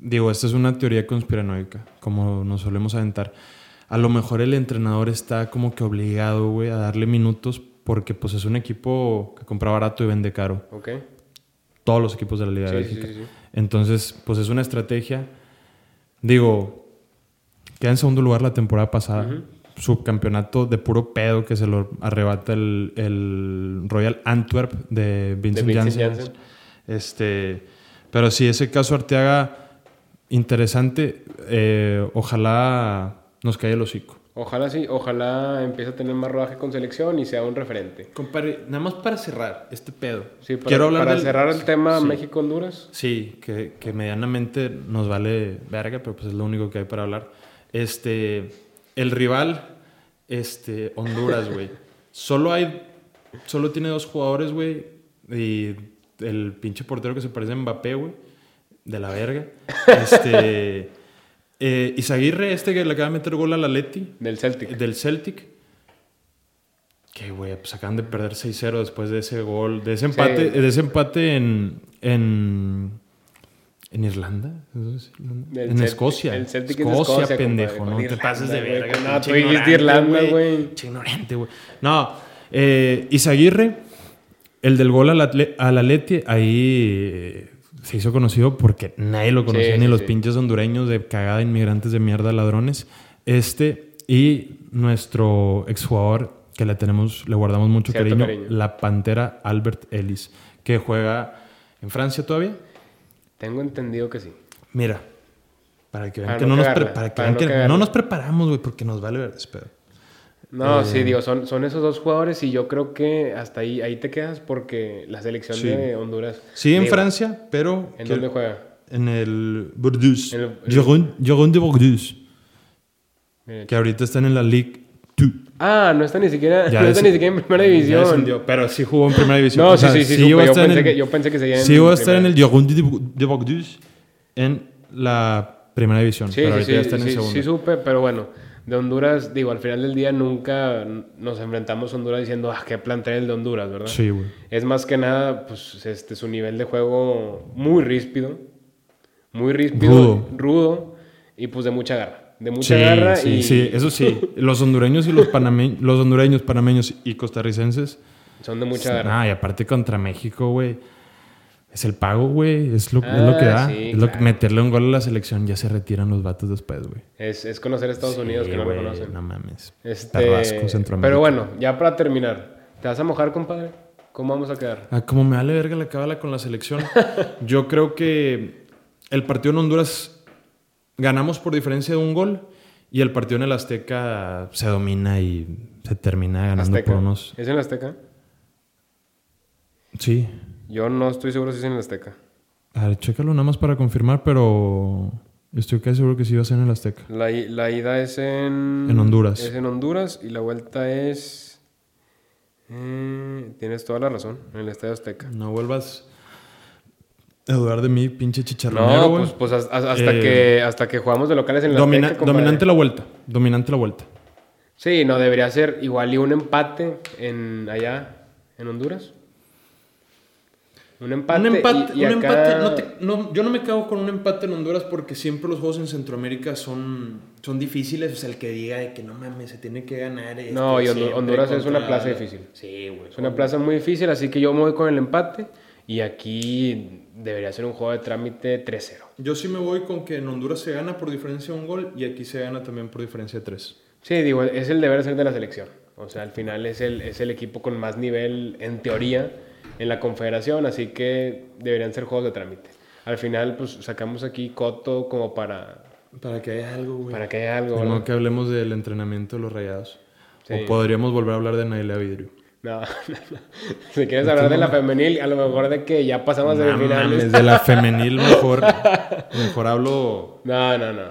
Digo, esta es una teoría conspiranoica, como nos solemos aventar. A lo mejor el entrenador está como que obligado, güey, a darle minutos porque pues es un equipo que compra barato y vende caro.
¿Ok?
Todos los equipos de la Liga de
Sí, sí,
Bélgica.
sí, sí.
Entonces, pues es una estrategia. Digo, queda en segundo lugar la temporada pasada. Subcampeonato de puro pedo que se lo arrebata el, el Royal Antwerp de Vincent,
Vincent
Janssen.
Janssen.
Este, pero sí, ese caso Arteaga, interesante. Eh, ojalá nos caiga el hocico.
Ojalá sí, ojalá empiece a tener más rodaje con selección y sea un referente.
Compadre, nada más para cerrar este pedo.
Sí, para,
Quiero hablar
para
del-
cerrar el tema
Sí.
México-Honduras.
Sí, que, que medianamente nos vale verga, pero pues es lo único que hay para hablar. Este, el rival, este, Honduras, güey. Solo hay, solo tiene dos jugadores, güey, y el pinche portero que se parece a Mbappé, güey, de la verga. Este, eh, Izaguirre, este que le acaba de meter gol a la Leti,
Del Celtic.
del Celtic. Que, güey, pues acaban de perder 6-0 después de ese gol, de ese empate,
Sí.
de ese empate en, en, en Irlanda. ¿Eso es Irlanda?
Del
en
Celtic-
Escocia.
el Celtic es de
Escocia,
Escocia,
pendejo.
compadre,
No
con
te
Irlanda,
pases de
güey,
verga.
con- no,
pinche
tú dijiste
ignorante,
Irlanda, güey.
pinche ignorante, güey. No, eh, Izaguirre, el del gol al, Atle- al Atleti, ahí eh, se hizo conocido porque nadie lo conocía,
Sí,
ni
sí,
los
sí.
pinches hondureños de cagada, inmigrantes de mierda, ladrones. Este y nuestro exjugador que le tenemos, le guardamos mucho
Cierto
cariño,
cariño.
la pantera Albert Ellis, que juega en Francia todavía.
Tengo entendido que sí.
Mira, para que vean
Para
que
no
no, nos,
cagarla,
pre- para que
para
vean
no
que
cagarla.
no nos preparamos, güey, porque nos vale ver pero Eh.
No, sí, digo, son, son esos dos jugadores y yo creo que hasta ahí, ahí te quedas porque la selección
Sí.
de Honduras.
Sí, en
digo,
Francia, pero
¿En
que-
dónde juega?
en el Bordeaux.
En el-
Jérôme de Bordeaux.
Mira,
Que ahorita están en la Ligue 2.
Ah, no está ni siquiera,
Ya
no está
es-
ni siquiera en primera
ya
división.
descendió, pero sí jugó en primera división.
No,
O sea,
sí, sí, sí, supe,
iba a
yo
estar en
pensé
el-
que- yo pensé que seguía en
Sí, iba a estar en el
primera.
Girondin de- de Bordeaux en la primera división.
Sí,
pero
sí,
ahorita ya
sí,
está en el
sí,
segundo.
sí supe, pero bueno, de Honduras, digo, al final del día nunca nos enfrentamos a Honduras diciendo, ah, qué plantel el de Honduras, ¿verdad?
Sí, güey.
Es más que nada, pues, este, su nivel de juego muy ríspido, muy ríspido,
Rudo.
rudo, y pues de mucha garra, de mucha
Sí,
garra
sí,
y
sí, eso sí. Los hondureños y los, paname- los hondureños, panameños y costarricenses.
son de mucha garra.
Ah, y aparte contra México, güey. Es el pago, güey. Es lo, es lo que
Ah,
da.
sí,
es lo que-
claro.
meterle un gol a la selección. Ya se retiran los vatos después, güey.
Es, es conocer a Estados Unidos
Sí,
que no
güey,
lo conocen.
No mames.
Este,
Tarrasco, Centroamérica.
pero bueno, ya para terminar, ¿te vas a mojar, compadre? ¿Cómo vamos a quedar?
Ah, como me vale verga la cábala con la selección. Yo creo que el partido en Honduras ganamos por diferencia de un gol y el partido en el Azteca se domina y se termina ganando
Azteca.
por unos.
¿Es en la Azteca?
Sí.
Yo no estoy seguro si es en el Azteca.
A ver, chécalo nada más para confirmar, pero estoy casi seguro que sí va a ser en el Azteca.
La, i- la ida es en...
En Honduras.
Es en Honduras y la vuelta es... eh, tienes toda la razón, en el Estadio Azteca.
No vuelvas a dudar de mí, pinche chicharronero,
No,
güey.
pues, pues has- has- hasta,
Eh,
que, hasta que jugamos de locales en la
Domina-
Azteca, compadre.
dominante la vuelta. Dominante la vuelta.
Sí, no, debería ser igual y un empate en allá, en Honduras. Un empate.
un empate,
y- y
un
acá-
empate no te- no, yo no me cago con un empate en Honduras porque siempre los juegos en Centroamérica son, son difíciles. O sea, el que diga de que no mames, se tiene que ganar. este,
No, y Hondu-
siempre
Honduras es
contra-
una plaza difícil.
Sí, güey.
Es una plaza muy difícil, así que yo me voy con el empate. Y aquí debería ser un juego de trámite 3-0.
Yo sí me voy con que en Honduras se gana por diferencia de un gol y aquí se gana también por diferencia de tres.
Sí, digo, es el deber ser de la selección. O sea, al final es el, es el equipo con más nivel, en teoría, en la confederación, así que deberían ser juegos de trámite. Al final, pues sacamos aquí Coto como para,
Para que haya algo, güey.
para que haya algo.
Ni
¿verdad?
modo que hablemos del entrenamiento de los rayados.
Sí.
O podríamos volver a hablar de Naila Vidrio.
No, no, no. Si quieres hablar de la femenil, a lo mejor de que ya pasamos de
No
finales.
mames, de la femenil mejor. mejor hablo.
No, no, no.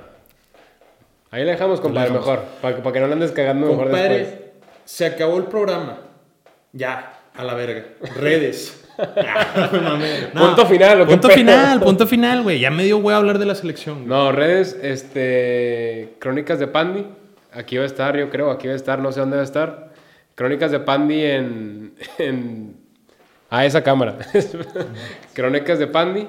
Ahí la dejamos, compadre, mejor. Para que, para que no la andes cagando mejor después.
Compadre, se acabó el programa. Ya, a la verga. Redes.
Punto final, ¿o qué
Punto
pedo?
final, punto final, güey. Ya me dio güey hablar de la selección. güey.
No, redes, este. Crónicas de Pandi. Aquí va a estar, yo creo. Aquí va a estar, no sé dónde va a estar. Crónicas de Pandi en. en a esa cámara. Crónicas de Pandi.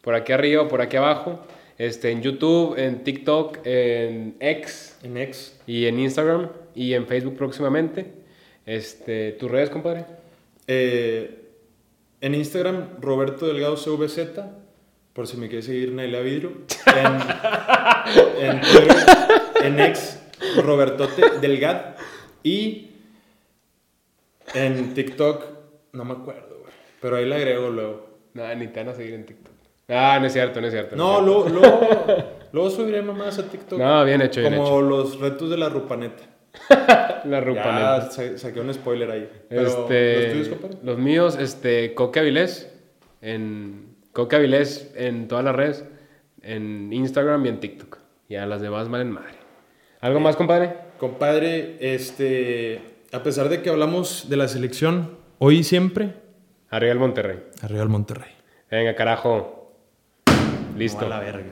Por aquí arriba, por aquí abajo. Este, en YouTube, en TikTok, en X.
En ex.
y en Instagram y en Facebook próximamente. Este, tus redes, compadre.
Eh, en Instagram, Roberto Delgado CVZ. Por si me quiere seguir Naila Vidrio. En, en Twitter, en ex, Robertote Delgado. Y en TikTok, no me acuerdo, güey. Pero ahí le agrego luego.
No, ni te van a seguir en TikTok. Ah, no es cierto, no es cierto.
No,
es
luego, luego, luego subiré mamadas a TikTok.
cierto. No, bien hecho, bien
como los retos de la rupaneta.
hecho. La rupa.
Ya sa- saqué un spoiler ahí. Pero,
Este,
¿Los tuyos, compadre?
los míos, este, Coque Avilés. En, Coque Avilés en todas las redes. En Instagram y en TikTok. Y a las demás valen madre. ¿Algo más, compadre?
Compadre, este, a pesar de que hablamos de la selección, hoy y siempre,
Arriba el Monterrey.
arriba el Monterrey.
Venga, carajo. Listo.
A la verga.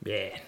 Bien.